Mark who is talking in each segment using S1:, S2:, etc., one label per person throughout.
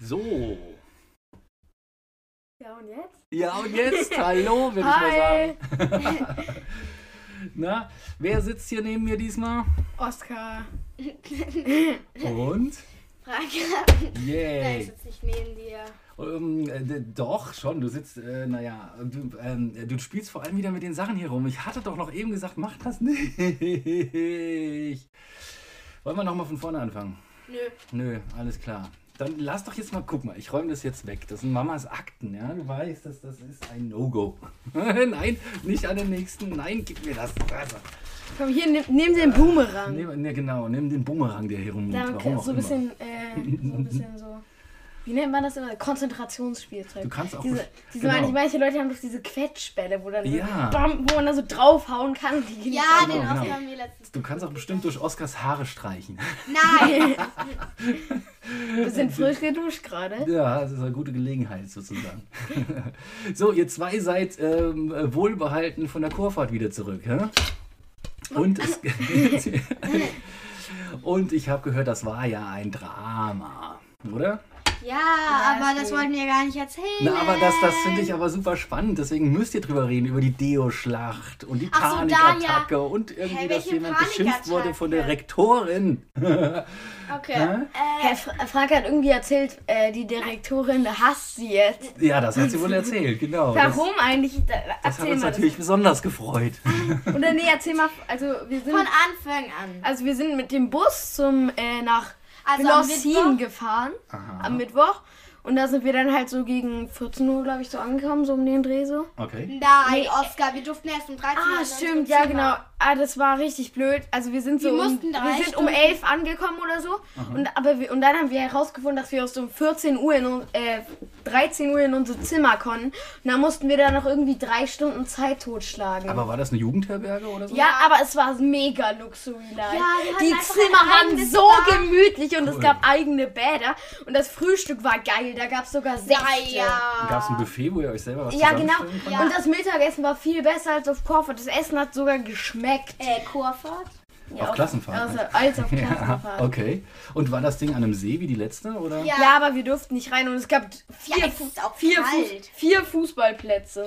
S1: So.
S2: Ja, und jetzt?
S1: Ja, und jetzt, hallo, würde
S2: Hi.
S1: ich mal sagen. Na, wer sitzt hier neben mir diesmal?
S2: Oscar.
S1: Und?
S3: Frage. Nein, ich
S1: Yay.
S3: sitze nicht neben dir.
S1: Ähm, äh, d- doch, schon, du sitzt, äh, naja, du, ähm, du spielst vor allem wieder mit den Sachen hier rum. Ich hatte doch noch eben gesagt, mach das nicht. Wollen wir nochmal von vorne anfangen?
S3: Nö.
S1: Nö, alles klar. Dann lass doch jetzt mal, guck mal, ich räume das jetzt weg. Das sind Mamas Akten, ja? Du weißt, dass das ist ein No-Go. nein, nicht an den nächsten. Nein, gib mir das. Also,
S2: Komm, hier, nimm, nimm den Boomerang.
S1: nimm, ne, genau, nimm den Bumerang, der hier rumliegt.
S2: Damit
S1: Warum auch
S2: so ein
S1: immer.
S2: bisschen, äh, so ein bisschen so. Wie nennt man das immer? Konzentrationsspielzeug.
S1: Du kannst auch
S2: Diese,
S1: best-
S2: diese
S1: genau.
S2: manche, manche Leute haben doch diese Quetschbälle, wo, dann
S1: Ja.
S2: so, bam, wo man da so draufhauen kann. und Die gehen
S3: Ja,
S1: Genau,
S3: den
S1: genau.
S3: Oscar haben wir letztens.
S1: Du kannst auch bestimmt durch Oscars Haare streichen.
S3: Nein!
S2: Wir sind frisch geduscht gerade.
S1: Ja, das ist eine gute Gelegenheit sozusagen. so, ihr zwei seid ähm, äh, wohlbehalten von der Kurfahrt wieder zurück. Hä? Und, es, und ich habe gehört, das war ja ein Drama, oder?
S3: Ja, aber das wollten wir gar nicht erzählen.
S1: Na, aber das, das finde ich aber super spannend. Deswegen müsst ihr drüber reden, über die Deo-Schlacht und die
S3: Ach so,
S1: Panikattacke
S3: da ja.
S1: und irgendwie,
S3: Hä,
S1: dass
S3: welche
S1: jemand beschimpft wurde von der
S3: Panikattacke?
S1: Rektorin.
S3: Okay.
S2: Herr Fra Frank hat irgendwie erzählt, äh, die Direktorin hasst sie jetzt.
S1: Ja, das hat sie wohl erzählt, genau.
S2: Warum eigentlich? Da,
S1: Das, das hat
S2: erzähl
S1: uns
S2: mal
S1: natürlich besonders gefreut.
S2: das. Oder nee, erzähl mal. Also wir sind,
S3: Von Anfang an.
S2: also wir sind mit dem Bus zum äh, nach
S3: Also am
S2: Glossin
S3: Mittwoch?
S2: gefahren
S1: Aha.
S2: am Mittwoch. Und da sind wir dann halt so gegen 14 Uhr, glaube ich, so angekommen, so um den Dreh so.
S1: Okay.
S3: Nein, Oscar, wir durften erst um 13 Uhr.
S2: Ah,
S3: in unsere
S2: stimmt, ja
S3: Zimmer.
S2: genau. Ah, das war richtig blöd. Also wir sind so
S3: Wir
S2: um,
S3: mussten drei
S2: wir sind um
S3: Stunden-
S2: 11 angekommen oder so. Und, aber wir, und dann haben wir herausgefunden, dass wir erst um 14 Uhr, in, un- äh, 13 Uhr in unser Zimmer konnten. Und dann mussten wir da noch irgendwie drei Stunden Zeit totschlagen.
S1: Aber war das eine Jugendherberge oder so?
S2: ja, aber es war mega luxuriös.
S3: wir hatten
S2: die
S3: einfach
S2: Zimmer
S3: ein
S2: waren
S3: eigenes
S2: so
S3: Bad.
S2: gemütlich und es
S1: Cool.
S2: gab eigene Bäder. Und das Frühstück war geil. Da gab es sogar Sekte.
S3: Ja,
S1: Gab es ein Buffet, wo ihr euch selber was
S2: Ja, genau.
S1: zusammenstellen konntet?
S2: Und das Mittagessen war viel besser als auf Korfurt. Das Essen hat sogar geschmeckt.
S3: ja. Äh, Kurfahrt?
S2: Ja,
S1: Auf Klassenfahrt,
S2: Also,
S1: ne?
S2: als auf Klassenfahrt.
S1: Ja, okay. Und war das Ding an einem See wie die letzte, oder?
S3: Ja.
S2: genau. Ja, aber wir durften nicht rein und es gab vier,
S3: Ja, es
S2: Fu-
S3: ist auch
S2: vier,
S3: kalt.
S2: Fuß, vier Fußballplätze.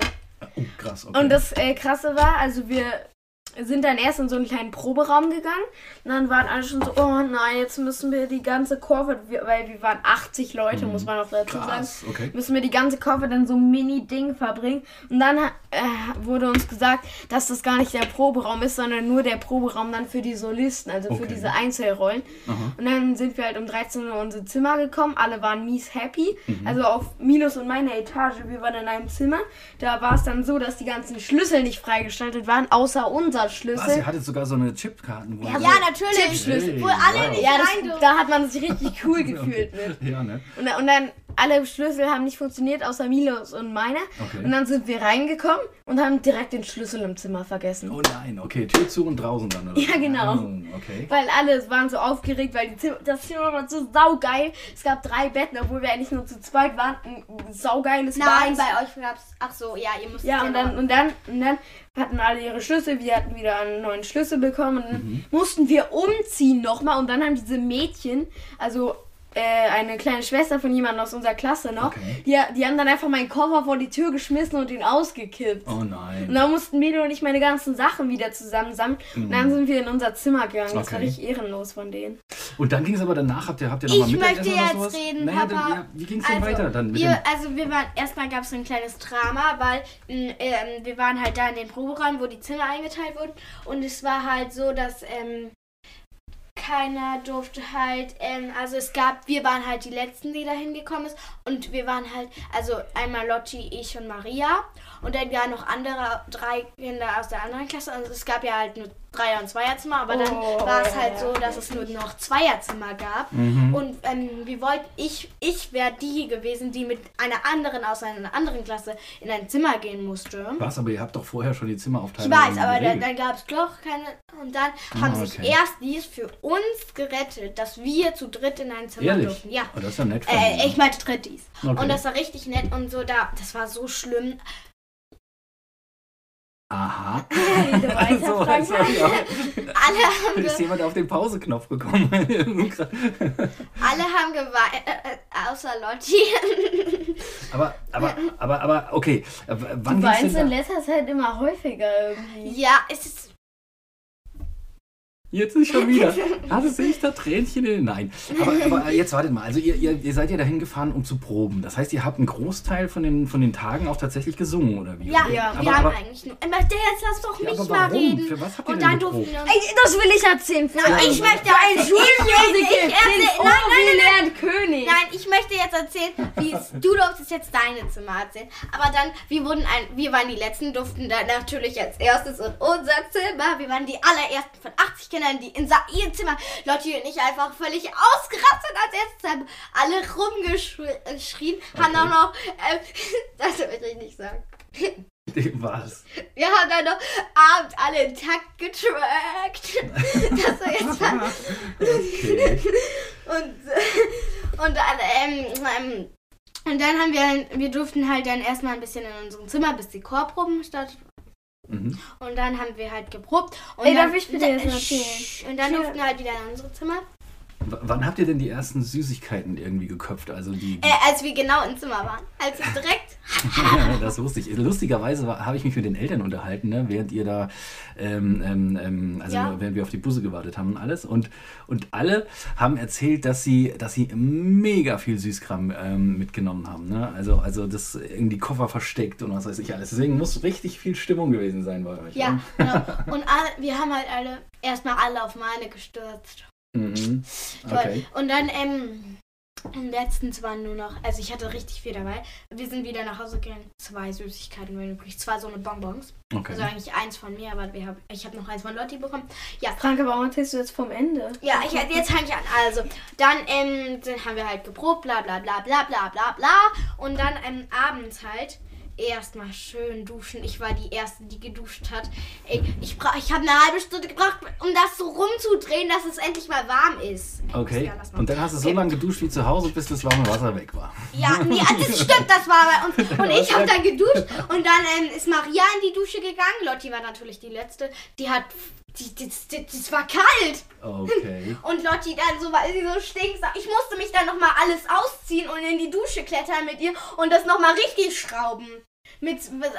S1: Oh, krass, okay.
S2: Und das äh, Krasse war, also wir sind dann erst in so einen kleinen Proberaum gegangen und dann waren alle schon so, oh nein, jetzt müssen wir die ganze Kurve, wir- weil wir waren 80 Leute, muss man auch dazu sagen,
S1: Mhm. krass, okay.
S2: müssen wir die ganze Kurve dann so ein Mini-Ding verbringen. Und dann äh, wurde uns gesagt, dass das gar nicht der Proberaum ist, sondern nur der Proberaum dann für die Solisten, also für
S1: Okay.
S2: diese Einzelrollen.
S1: Aha.
S2: Und dann sind wir halt um 13 Uhr in unser Zimmer gekommen. Alle waren mies happy.
S1: Mhm.
S2: Also auf Minus und meine Etage. Wir waren in einem Zimmer. Da war es dann so, dass die ganzen Schlüssel nicht freigestaltet waren, außer unser
S1: Was,
S2: Schlüssel.
S1: ihr hattet Ah, sogar so eine Chipkarten. wo ihr-
S3: Ja, natürlich.
S1: Tippschlüssel.
S3: Obwohl alle
S1: Wow.
S3: nicht
S2: Ja,
S3: rein
S2: das,
S3: durften.
S2: da hat man sich richtig cool gefühlt mit.
S1: Ja, ne?
S2: Und, und dann alle Schlüssel haben nicht funktioniert, außer Milos und meiner.
S1: Okay.
S2: Und dann sind wir reingekommen und haben direkt den Schlüssel im Zimmer vergessen.
S1: Oh nein, okay, Tür zu und draußen dann, oder?
S2: Ja,
S1: so?
S2: genau.
S1: Ah, Okay.
S2: Weil alle waren so aufgeregt, weil die Zimmer, das Zimmer war so saugeil. Es gab drei Betten, obwohl wir eigentlich nur zu zweit waren. Ein saugeiles Bad.
S3: Nein, bei euch gab's. Ach so, ja, ihr müsst.
S2: Ja, und
S1: Genau.
S2: dann, und, dann, und dann hatten alle ihre Schlüssel. Wir hatten wieder einen neuen Schlüssel bekommen. Und dann
S1: Mhm.
S2: mussten wir umziehen nochmal. Und dann haben diese Mädchen, also äh, eine kleine Schwester von jemandem aus unserer Klasse noch,
S1: Okay.
S2: die, die haben dann einfach meinen Koffer vor die Tür geschmissen und ihn ausgekippt.
S1: Oh
S2: Und
S1: nein.
S2: dann mussten Milo und ich meine ganzen Sachen wieder zusammensammeln. Und dann sind wir in unser Zimmer gegangen. Das war
S1: Mhm. Okay.
S2: richtig ehrenlos von denen.
S1: Und dann ging es aber danach, habt ihr, habt ihr
S3: Ich
S1: nochmal Mittagessen
S3: möchte
S1: oder
S3: jetzt
S1: sowas?
S3: reden,
S1: naja,
S3: Papa.
S1: Dann, ja, wie ging es denn weiter dann mit
S3: wir, also wir waren erstmal gab es so ein kleines Drama, weil mh, ähm, wir waren halt da in den Proberaum, wo die Zimmer eingeteilt wurden und es war halt so, dass ähm, keiner durfte halt, ähm, also es gab, wir waren halt die letzten, die da hingekommen ist und wir waren halt, also einmal Lotti, ich und Maria und dann ja noch andere drei Kinder aus der anderen Klasse. Also es gab ja halt nur Dreier- und Zweierzimmer, aber dann
S2: Oh,
S3: war es halt
S2: ja,
S3: so, dass es nur noch Zweierzimmer gab.
S1: Mhm.
S3: Und ähm, wir wollten, ich, ich wäre die gewesen, die mit einer anderen aus einer anderen Klasse in ein Zimmer gehen musste.
S1: Was, aber ihr habt doch vorher schon die
S3: Ich
S1: Zimmeraufteilung
S3: weiß, aber dann,
S1: geregelt.
S3: dann gab es doch keine. Und dann haben sich
S1: Ah, okay.
S3: erst die es für uns gerettet, dass wir zu dritt in ein Zimmer
S1: Ehrlich?
S3: durften. Ja.
S1: Oh, das ist ja nett von
S3: Äh,
S1: denen.
S3: ich meinte Trittis.
S1: Okay.
S3: Und das war richtig nett und so da. Das war so schlimm.
S1: Aha.
S3: Diese
S1: So,
S3: Weiterfragen.
S1: also, ja.
S3: alle haben
S1: Ist
S3: ge
S1: jemand auf den Pauseknopf gekommen?
S3: alle haben geweint, äh, äh, außer Lotti.
S1: aber, aber, aber, aber, okay. Äh, W- Wann
S2: Du
S1: ging's
S2: weinst in
S1: denn da?
S2: letzter Zeit halt immer häufiger irgendwie.
S3: ja, es ist
S1: Jetzt nicht schon wieder. Hattest du ich da Tränchen in den Nein. Aber, aber jetzt wartet mal. Also ihr, ihr, ihr seid ja dahin gefahren, um zu proben. Das heißt, ihr habt einen Großteil von den, von den Tagen auch tatsächlich gesungen, oder wie?
S3: Ja,
S2: Ja.
S1: aber,
S3: wir haben
S1: aber,
S3: eigentlich nur. Aber der, jetzt lass doch
S1: Ja,
S3: mich
S1: aber
S3: mal
S1: warum?
S3: reden.
S1: Für was habt ihr
S3: Und
S1: denn
S3: dann
S1: geprobt?
S3: durften wir uns.
S2: Ey, das will ich erzählen.
S3: Nein, ich möchte ein
S2: Schulmusical.
S3: Ich, ich, nein, nein, nein,
S2: Oh, lernt König.
S3: nein, nein, ich möchte jetzt erzählen, wie es, du durftest jetzt deine Zimmer erzählen. Aber dann, wir wurden ein, wir waren die letzten, durften dann natürlich als erstes und unser Zimmer. Wir waren die allerersten von 80 Kindern, die in Sa- ihr Zimmer Lotti und ich einfach völlig ausgerastet als erstes haben alle rumgeschrien, haben
S1: Okay.
S3: auch noch, äh, das möchte ich nicht sagen.
S1: Was?
S3: Wir haben dann noch abends alle in Takt getrackt. Das war jetzt mal.
S1: Okay.
S3: Und, äh, und dann, ähm, ähm, und dann haben wir, wir durften halt dann erstmal ein bisschen in unserem Zimmer, bis die Chorproben statt.
S1: Mhm.
S3: Und dann haben wir halt geprobt. Und
S2: Ey,
S3: dann,
S2: darf ich bitte jetzt mal erzählen?
S3: Sch- Und dann
S2: Ja.
S3: durften wir halt wieder in unsere Zimmer.
S1: W wann habt ihr denn die ersten Süßigkeiten irgendwie geköpft? Also die, die
S3: Äh, als wir genau im Zimmer waren. Als wir direkt.
S1: das wusste ich. Lustigerweise war- habe ich mich mit den Eltern unterhalten, ne? während ihr da, ähm, ähm, ähm, also
S3: Ja.
S1: während wir auf die Busse gewartet haben und alles. Und, und alle haben erzählt, dass sie, dass sie mega viel Süßkram ähm, mitgenommen haben. Ne? Also, also das in die Koffer versteckt und was weiß ich alles. Deswegen muss richtig viel Stimmung gewesen sein bei euch.
S3: Ja,
S1: ne?
S3: genau. Und alle, wir haben halt alle erstmal alle auf meine gestürzt.
S1: Mhm.
S3: Toll.
S1: Okay.
S3: Und dann, ähm, und letztens waren nur noch, also ich hatte richtig viel dabei. Wir sind wieder nach Hause gegangen. Zwei Süßigkeiten waren übrig. Zwei so eine Bonbons. Also
S1: okay.
S3: eigentlich eins von mir, aber wir hab, ich habe noch eins von Lotti bekommen.
S2: Frank, aber warum erzählst du jetzt vom Ende?
S3: Ja, ich, jetzt fange ich an. Also, dann, ähm, dann haben wir halt geprobt, bla bla bla bla bla bla bla. Und dann ähm, abends halt erstmal schön duschen. Ich war die Erste, die geduscht hat. Ey, ich, bra- ich habe eine halbe Stunde gebraucht, um das so rumzudrehen, dass es endlich mal warm ist. Ich muss
S1: Okay.
S3: ja anders machen.
S1: Und dann hast du so lange geduscht wie zu Hause, bis das warme Wasser weg war.
S3: Ja, nee, ah, das stimmt, das war bei uns. Und ich habe dann geduscht und dann ähm, ist Maria in die Dusche gegangen. Lotti war natürlich die Letzte. Die hat. Die, die, die, das war kalt.
S1: Okay.
S3: Und Lotti dann so, weil sie so stinksau. Ich musste mich dann nochmal alles ausziehen und in die Dusche klettern mit ihr und das nochmal richtig schrauben. Mit, mit,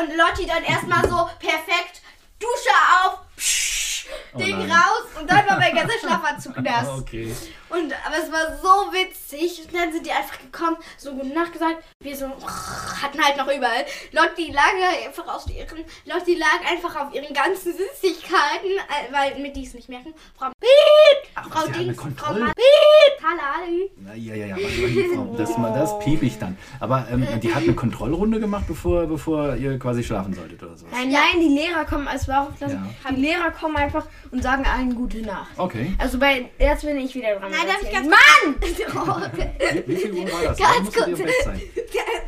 S3: und Lotti dann erstmal so perfekt Dusche auf. Psch,
S1: Oh
S3: Ding
S1: nein. Oh
S3: raus und dann war mein ganzer Schlafanzug nass.
S1: Okay.
S3: Und aber es war so witzig. Und dann sind die einfach gekommen, so gute Nacht gesagt. Wir so hatten halt noch überall. Lotti lag einfach auf ihren, Lotti lag einfach auf ihren ganzen Süßigkeiten, äh, weil mit die es nicht merken. Frau Piep,
S1: Ach,
S3: Frau
S1: sie haben eine
S3: Dings, Frau
S1: Kontrolle.
S3: Ma- Piep, Halali.
S1: Na, Ja, ja, ja, warte mal, die Frau, das, das piep ich dann. Aber ähm, die hat eine Kontrollrunde gemacht, bevor, bevor ihr quasi schlafen solltet oder sowas.
S2: Nein, nein, die Lehrer kommen, als war auch klasse,
S1: Ja.
S2: die Lehrer kommen einfach und sagen allen gute Nacht.
S1: Okay.
S2: Also bei, jetzt bin ich wieder dran.
S3: Nein, darf ich
S2: Erzählen.
S3: ganz kurz. Mann!
S1: Wie, wie viel Uhr war das?
S3: Ganz
S1: Wann musstet ihr im
S3: kurz.
S1: Bett sein?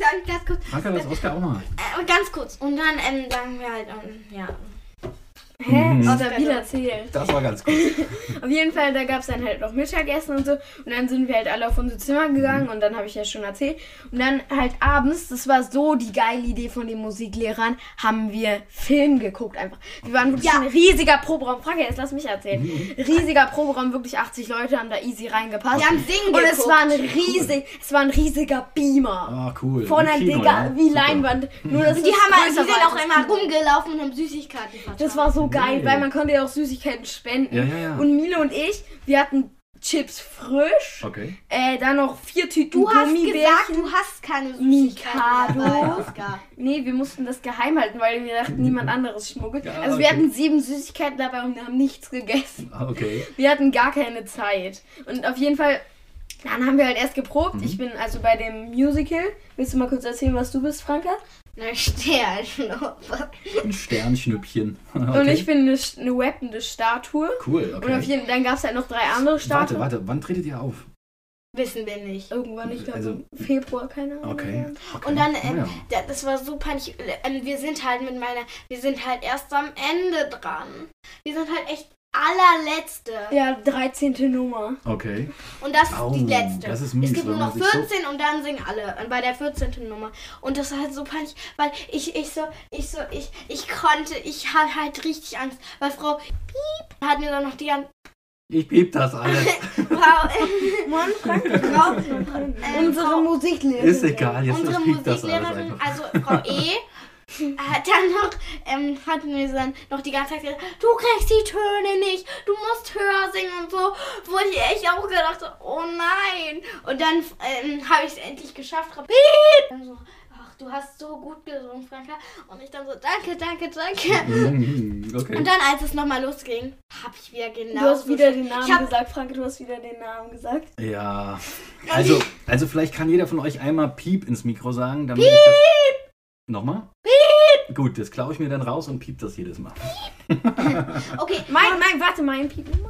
S3: dann ganz kurz.
S1: Franka, das Oskar auch mal.
S3: Äh, ganz kurz. Und dann, ähm, dann wir halt, ähm, ja.
S2: Hä?
S1: Mhm.
S2: Ist da wieder erzählt.
S1: Das war ganz gut.
S2: Auf jeden Fall, da gab es dann halt noch Mittagessen und so. Und dann sind wir halt alle auf unser Zimmer gegangen und dann habe ich ja schon erzählt. Und dann halt abends, das war so die geile Idee von den Musiklehrern, haben wir Film geguckt einfach. Wir waren wirklich
S3: Ja.
S2: ein riesiger Proberaum. Frage jetzt, lass mich erzählen.
S1: Mhm.
S2: Riesiger Proberaum, wirklich 80 Leute haben da easy reingepasst.
S3: Wir haben singen
S2: und es
S3: geguckt.
S2: war ein riesig, es war ein riesiger Beamer.
S1: Ah, cool.
S2: Von einer
S1: Wie Kino,
S2: Digga,
S1: ja?
S2: wie
S1: Super.
S2: Leinwand. Nur dass
S3: Und die
S2: es
S3: haben halt, die
S2: größer
S3: sind
S2: war
S3: auch
S2: als
S3: immer
S2: das Kino.
S3: rumgelaufen und haben Süßigkeiten verteilt.
S2: Das war so geil,
S1: Nee.
S2: weil man konnte ja auch Süßigkeiten spenden.
S1: Ja, ja, ja.
S2: Und Milo und ich, wir hatten Chips frisch,
S1: Okay.
S2: äh, dann noch vier Tüten
S3: Du hast gesagt,
S2: Gummibärchen.
S3: du hast keine Süßigkeiten
S2: Mikado.
S3: dabei, Oskar.
S2: Nee, wir mussten das geheim halten, weil wir dachten, niemand anderes schmuggelt.
S1: Ja,
S2: also wir
S1: okay.
S2: hatten sieben Süßigkeiten dabei und haben nichts gegessen.
S1: Ah, okay.
S2: Wir hatten gar keine Zeit. Und auf jeden Fall, dann haben wir halt erst geprobt.
S1: Mhm.
S2: Ich bin also bei dem Musical. Willst du mal kurz erzählen, was du bist, Franka?
S3: Eine halt Sternschnuppe.
S1: Ein Sternschnüppchen. Okay.
S2: Und ich bin eine, Sch- eine weppende Statue.
S1: Cool, okay.
S2: Und auf jeden Mm. dann gab es halt noch drei andere Statuen.
S1: warte, warte, wann tretet ihr auf?
S3: Wissen wir nicht.
S2: Irgendwann, ich glaube
S1: Also-
S2: im Februar, keine Ahnung.
S1: Okay. okay.
S3: Und dann,
S1: Ah,
S3: ähm,
S1: ja.
S3: da- das war so panisch. Ähm, wir sind halt mit meiner, wir sind halt erst am Ende dran. Wir sind halt echt allerletzte.
S2: Ja, 13. Nummer.
S1: Okay.
S3: Und das ist
S1: Au,
S3: die letzte.
S1: das ist mies,
S3: es gibt
S1: wenn
S3: nur
S1: man
S3: noch
S1: sich so-
S3: 14 und dann singen alle. Und bei der 14. Nummer. Und das war halt so peinlich, weil ich, ich so, ich so, ich, ich konnte, ich hatte halt richtig Angst, weil Frau Piep hat mir dann noch die ganze.
S1: Ich piep das alles.
S3: Frau,
S2: Mann, Frank,
S3: Frau, ähm,
S2: unsere
S3: Frau-
S2: Musiklehrerin.
S1: Ist egal, jetzt
S3: unsere
S1: piep das alles
S3: Musiklehrerin,
S1: einfach.
S3: also Frau E. Hat dann noch, ähm, hat mir dann noch die ganze Zeit gesagt, du kriegst die Töne nicht, du musst höher singen und so, wo ich echt auch gedacht habe, oh nein. Und dann ähm, habe ich es endlich geschafft, Frau Piep. Dann so, ach, du hast so gut gesungen, Franka. Und ich dann so, danke, danke, danke.
S1: Mhm, okay.
S3: Und dann, als es nochmal losging, habe ich wieder genau
S2: Du hast wieder den
S3: Ich hab-
S2: Namen gesagt, Frank, du hast wieder den Namen gesagt.
S1: Ja. Also, also vielleicht kann jeder von euch einmal Piep ins Mikro sagen. Dann piep! Ich das... Nochmal? Piep! Gut, das klaue ich mir dann raus und piep das jedes Mal.
S3: Okay,
S2: Mein, mein, warte, mein Piepen.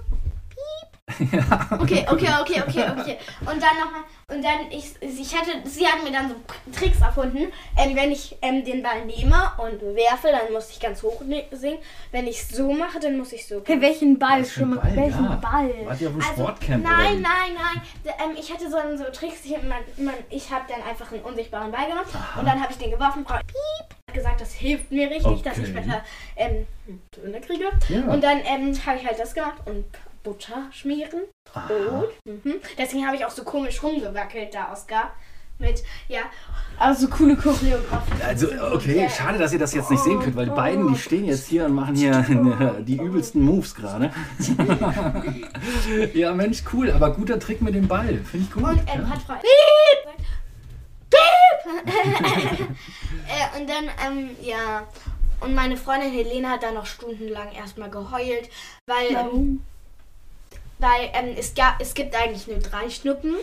S3: Okay, okay, okay, okay, okay. Und dann nochmal, und dann, ich, ich hatte, sie hat mir dann so Tricks erfunden. Ähm, wenn ich ähm, den Ball nehme und werfe, dann muss ich ganz hoch ne- singen. Wenn ich so mache, dann muss ich so.
S2: Hey, welchen Ball?
S1: Was für ein
S2: Schon mal,
S1: Ball,
S2: welchen
S1: ja.
S2: Ball?
S1: Wart ihr auf dem
S3: Also,
S1: Sportcamp oder
S3: nein,
S1: wie?
S3: nein, nein. D- Ähm, ich hatte so, einen- so Tricks, ich, man, man, ich habe dann einfach einen unsichtbaren Ball genommen und dann habe ich den geworfen. Frau Piep hat gesagt, das hilft mir richtig, dass ich
S1: Okay.
S3: besser ähm, Töne kriege.
S1: Ja.
S3: Und dann ähm, habe ich halt das gemacht und Butter schmieren.
S1: Aha.
S3: Brot. Mhm. Deswegen habe ich auch so komisch rumgewackelt da, Oskar. Mit, ja.
S2: Also coole Choreografie.
S1: Also, okay, schade, dass ihr das jetzt nicht sehen könnt, weil die beiden, die stehen jetzt hier und machen hier die übelsten Moves gerade. ja, Mensch, cool, aber guter Trick mit dem Ball. Finde ich gut.
S3: Und ähm,
S1: ja.
S3: hat Frau. Piep! Piep! äh, und dann, ähm, ja. Und meine Freundin Helena hat dann noch stundenlang erstmal geheult, weil, ähm,
S2: Warum?
S3: weil ähm, es, gab, es gibt eigentlich nur drei Schnuppen,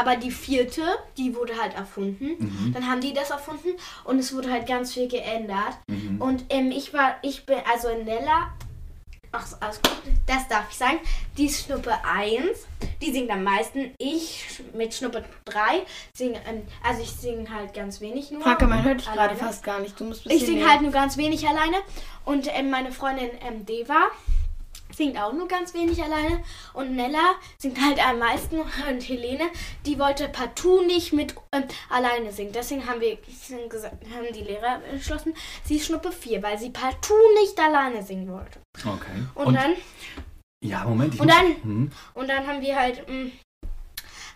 S3: aber die vierte, die wurde halt erfunden. Dann haben die das erfunden und es wurde halt ganz viel geändert. Und ähm, ich war, ich bin, also Nella, ach, so, alles gut, das darf ich sagen, die ist Schnuppe 1, die singt am meisten. Ich mit Schnuppe 3 singe, ähm, also ich singe halt ganz wenig nur.
S2: Frank, man hört dich
S3: Alleine.
S2: gerade fast gar nicht. Du musst ein
S3: Ich
S2: bisschen
S3: singe
S2: näher.
S3: halt nur ganz wenig alleine und ähm, meine Freundin ähm, Deva singt auch nur ganz wenig alleine und Nella singt halt am meisten und Helene, die wollte partout nicht mit ähm, alleine singen. Deswegen haben wir sind gesagt, haben die Lehrer entschlossen, sie ist Schnuppe 4, weil sie partout nicht alleine singen wollte.
S1: Okay.
S3: Und, dann
S1: Ja, Moment. Ich
S3: und
S1: muss,
S3: dann-
S1: Mhm.
S3: und dann haben wir halt mh,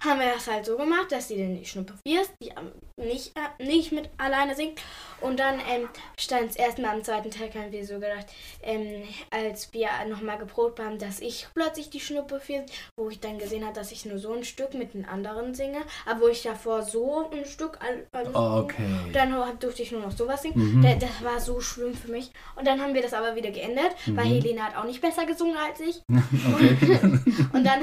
S3: haben wir das halt so gemacht, dass sie dann die Schnuppe 4 ist, die ähm, nicht, äh, nicht mit alleine singt. Und dann ähm, stand es erstmal am zweiten Tag, haben wir so gedacht, ähm, als wir nochmal geprobt haben, dass ich plötzlich die Schnuppe 4, wo ich dann gesehen habe, dass ich nur so ein Stück mit den anderen singe, aber wo ich davor so ein Stück an, an
S1: Ah, Okay.
S3: dann hab- durfte ich nur noch sowas singen.
S1: Mhm.
S3: Da- Das war so schlimm für mich. Und dann haben wir das aber wieder geändert, weil
S1: Mhm.
S3: Helene hat auch nicht besser gesungen als ich.
S1: okay.
S3: Und dann,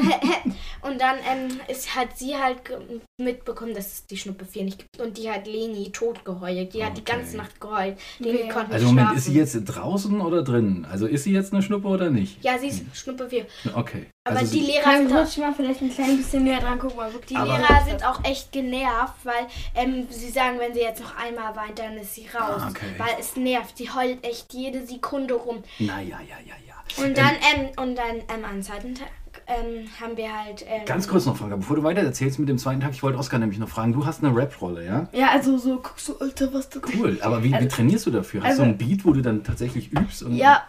S3: und dann ähm, ist, hat sie halt ge- mitbekommen, dass es die Schnuppe 4 nicht gibt. Und die hat Leni tot geheult. Die hat die
S1: Okay.
S3: ganze Nacht geheult. Leni
S2: Wer?
S3: konnte
S1: Also
S3: nicht
S1: Moment,
S3: schlafen.
S1: ist sie jetzt draußen oder drinnen? Also ist sie jetzt eine Schnuppe oder nicht?
S3: Ja, sie ist Schnuppe 4.
S1: Okay.
S3: Aber
S1: also
S3: die
S1: sie-
S3: Lehrer
S2: Frank,
S3: sind auch,
S2: rutsch mal vielleicht ein klein bisschen näher dran. Guck mal, guck
S3: die
S2: die
S1: Aber-
S3: Lehrer sind auch echt genervt, weil ähm, sie sagen, wenn sie jetzt noch einmal weint, dann ist sie raus.
S1: Ah, okay.
S3: Weil es nervt. Sie heult echt jede Sekunde rum.
S1: Na ja, ja, ja, ja. Ähm,
S3: Und dann, ähm, und dann ähm, am zweiten Tag ähm, haben wir halt. Ähm,
S1: Ganz kurz noch, Franka, bevor du weiter erzählst mit dem zweiten Tag, ich wollte Oskar nämlich noch fragen, du hast eine Rap-Rolle, ja?
S2: Ja, also so, guckst du, Alter, was du
S1: Cool, aber wie, wie
S2: Also-
S1: trainierst du dafür? Hast
S2: also-
S1: du ein Beat, wo du dann tatsächlich übst? Und
S2: Ja,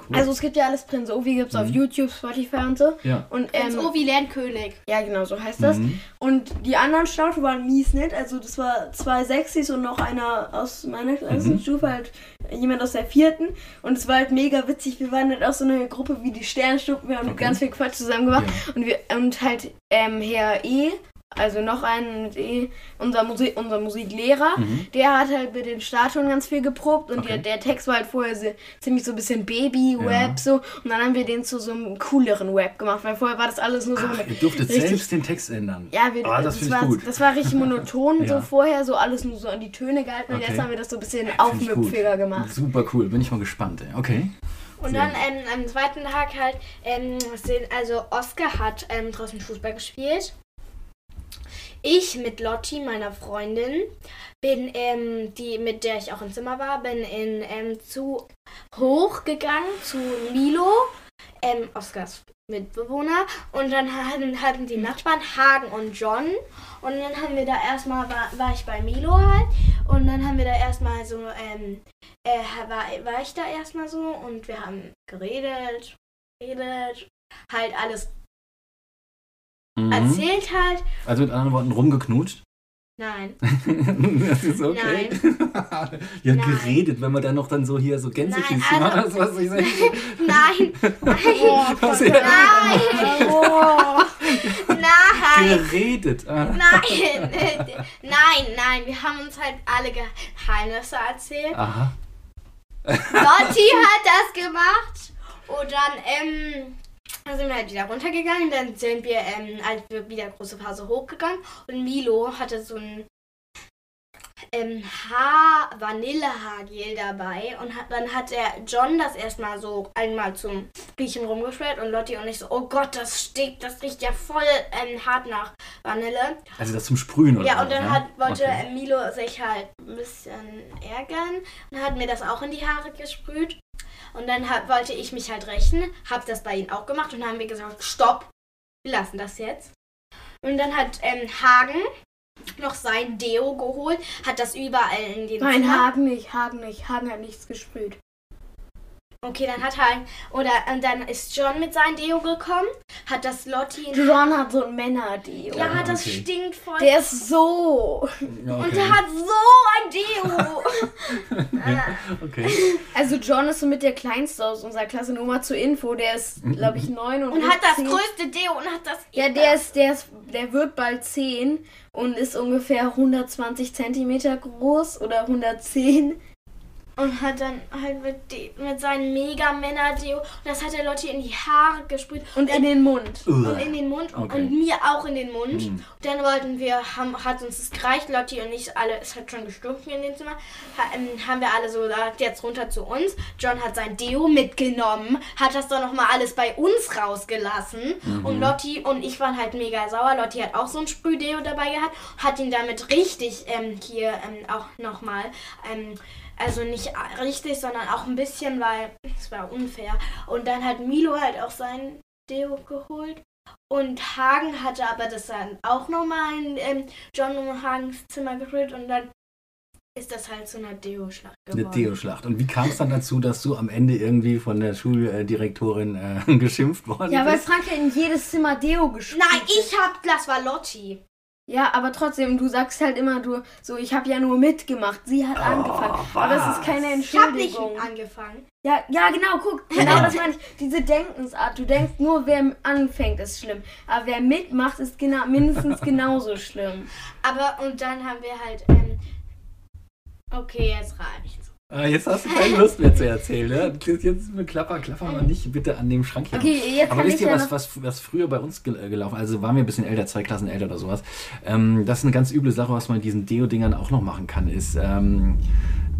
S1: Cool. Mhm.
S2: also es gibt ja alles Prinz Ovi, gibt's auf YouTube, Spotify und so.
S1: ja.
S2: Und
S3: Prinz
S2: ähm,
S3: Ovi lernt König.
S2: ja, genau, so heißt das.
S1: Mhm.
S2: Und die anderen Statuen waren mies nett. Also das war zwei Sechsis und noch einer aus meiner
S1: Mhm.
S2: Klassenstufe, halt jemand aus der vierten. Und es war halt mega witzig. Wir waren halt auch so eine Gruppe wie die Sternstufen. Wir haben
S1: Okay.
S2: ganz viel Quatsch zusammen gemacht. Und, wir, und halt ähm, Herr E., also noch einen mit E, unser, Musi unser Musiklehrer,
S1: Mhm.
S2: der hat halt mit den Statuen ganz viel geprobt. Und
S1: Okay.
S2: der, der Text war halt vorher so, ziemlich so ein bisschen Baby-Rap
S1: Ja.
S2: so. Und dann haben wir den zu so einem cooleren Rap gemacht, weil vorher war das alles nur so
S1: Ach,
S2: eine
S1: ihr dürftet
S2: richtig-
S1: selbst den Text ändern.
S2: ja, wir,
S1: ah, das
S2: das,
S1: finde ich
S2: war,
S1: gut.
S2: das war richtig monoton,
S1: Ja.
S2: so vorher, so alles nur so an die Töne gehalten. Und
S1: Okay.
S2: jetzt haben wir das so ein bisschen
S1: Finde ich gut.
S2: aufmüpfiger gemacht.
S1: Super cool, bin ich mal gespannt. Ey. Okay.
S3: Und
S1: Sehr
S3: dann
S1: gut.
S3: ähm, am zweiten Tag halt, ähm, sind, also Oskar hat ähm, draußen Fußball gespielt. Ich mit Lotti, meiner Freundin, bin, ähm, die, mit der ich auch im Zimmer war, bin in, ähm, zu hoch gegangen, zu Milo. ähm, Oscars Mitbewohner. Und dann hatten, hatten die Nachbarn Hagen und John. Und dann haben wir da erstmal, war, war ich bei Milo halt. Und dann haben wir da erstmal so, ähm, äh, war, war ich da erstmal so und wir haben geredet, geredet, halt alles
S1: Mhm.
S3: erzählt halt.
S1: Also mit anderen Worten rumgeknutscht.
S3: Nein,
S1: das ist okay. Ihr habt
S3: Nein.
S1: geredet, wenn man dann noch dann so hier so Gänsefüßchen
S3: Nein,
S1: macht.
S3: also-
S1: was ich sagen
S3: nein, nein,
S1: Was ihr dann
S2: Oh.
S3: nein.
S1: geredet. Ah.
S3: Nein, nein, nein, wir haben uns halt alle Geheimnisse erzählt.
S1: Aha.
S3: Lotti hat das gemacht. Und dann, ähm, dann sind wir halt wieder runtergegangen. Dann sind wir, ähm, als wir wieder große Phase hochgegangen. Und Milo hatte so ein ähm, Haar, Vanillehaargel dabei. Und hat, dann hat der John das erstmal so einmal zum Riechen rumgeschwellt. Und Lotti und ich so, oh Gott, das stinkt, das riecht ja voll ähm, hart nach Vanille.
S1: Also das zum Sprühen oder
S3: Ja,
S1: so,
S3: und dann
S1: ne?
S3: hat, wollte
S1: Okay.
S3: Milo sich halt ein bisschen ärgern und hat mir das auch in die Haare gesprüht. Und dann hab, wollte ich mich halt rächen, hab das bei ihm auch gemacht und dann haben wir gesagt, stopp, wir lassen das jetzt. Und dann hat ähm, Hagen noch sein Deo geholt, hat das überall in den
S2: Nein,
S3: Zimmer-
S2: Hagen nicht, Hagen nicht. Hagen hat nichts gesprüht.
S3: Okay, dann hat Hagen, oder, und dann ist John mit seinem Deo gekommen, hat das Lotti,
S2: John hat so ein Männerdeo.
S3: ja, hat das
S1: okay.
S3: stinkt voll.
S2: Der ist so.
S1: Ja,
S3: und
S1: okay.
S3: der hat so ein Deo.
S1: okay.
S2: Also John ist so mit der Kleinste aus unserer Klasse. Nur mal zur Info, der ist,
S1: Mhm,
S2: glaube ich, neun und,
S3: Und
S2: wird
S3: hat das
S2: zehn.
S3: größte Deo und hat das.
S2: Ja, der ist, der ist, der wird bald 10 und ist ungefähr 120 Zentimeter groß oder 110.
S3: Und hat dann halt mit, de- mit seinem Mega-Männer-Deo. Und das hat der Lotti in die Haare gesprüht.
S2: Und in den Mund.
S3: Und in den Mund.
S1: Okay.
S3: Und mir auch in den Mund.
S1: Mhm.
S3: Dann wollten wir, haben, hat uns das gereicht, Lotti und ich alle. Es hat schon gestunken in dem Zimmer. Ha, ähm, haben wir alle so gesagt, jetzt runter zu uns. John hat sein Deo mitgenommen. Hat das dann nochmal alles bei uns rausgelassen. Und Lotti und ich waren halt mega sauer. Lotti hat auch so ein Sprühdeo dabei gehabt. Hat ihn damit richtig ähm, hier ähm, auch nochmal. Ähm, also nicht richtig, sondern auch ein bisschen, weil es war unfair. Und dann hat Milo halt auch sein Deo geholt. Und Hagen hatte aber das dann auch nochmal in ähm, John und Hagens Zimmer gerührt und dann ist das halt so eine Deo-Schlacht
S1: Eine
S3: geworden.
S1: Deo-Schlacht. Und wie kam es dann dazu, dass du am Ende irgendwie von der Schuldirektorin äh, geschimpft worden
S2: Ja, weil
S1: bist?
S2: Frank hat in jedes Zimmer Deo gespielt.
S3: Nein, ich hab, das war Lotti.
S2: Ja, aber trotzdem, du sagst halt immer du, so, ich habe ja nur mitgemacht. Sie
S1: Oh,
S2: hat angefangen. Aber das ist keine
S3: Ich hab nicht
S2: Entschuldigung.
S3: angefangen.
S2: Ja, ja, genau, guck, genau das meine ich. Diese Denkensart, du denkst nur, wer anfängt, ist schlimm. Aber wer mitmacht, ist genau, mindestens genauso schlimm.
S3: Aber, und dann haben wir halt, ähm, okay, jetzt reicht's.
S1: Ah, jetzt hast du keine Lust mehr zu erzählen. Ne? Jetzt, jetzt klapper, klapper mal nicht bitte an dem Schrank hier.
S2: Okay, jetzt
S1: Aber
S2: kann
S1: wisst
S2: ich
S1: ihr,
S2: ja
S1: was,
S2: noch-
S1: was, was früher bei uns gel- äh, gelaufen Also waren wir ein bisschen älter, zwei Klassen älter oder sowas. Ähm, das ist eine ganz üble Sache, was man mit diesen Deo-Dingern auch noch machen kann, ist, ähm,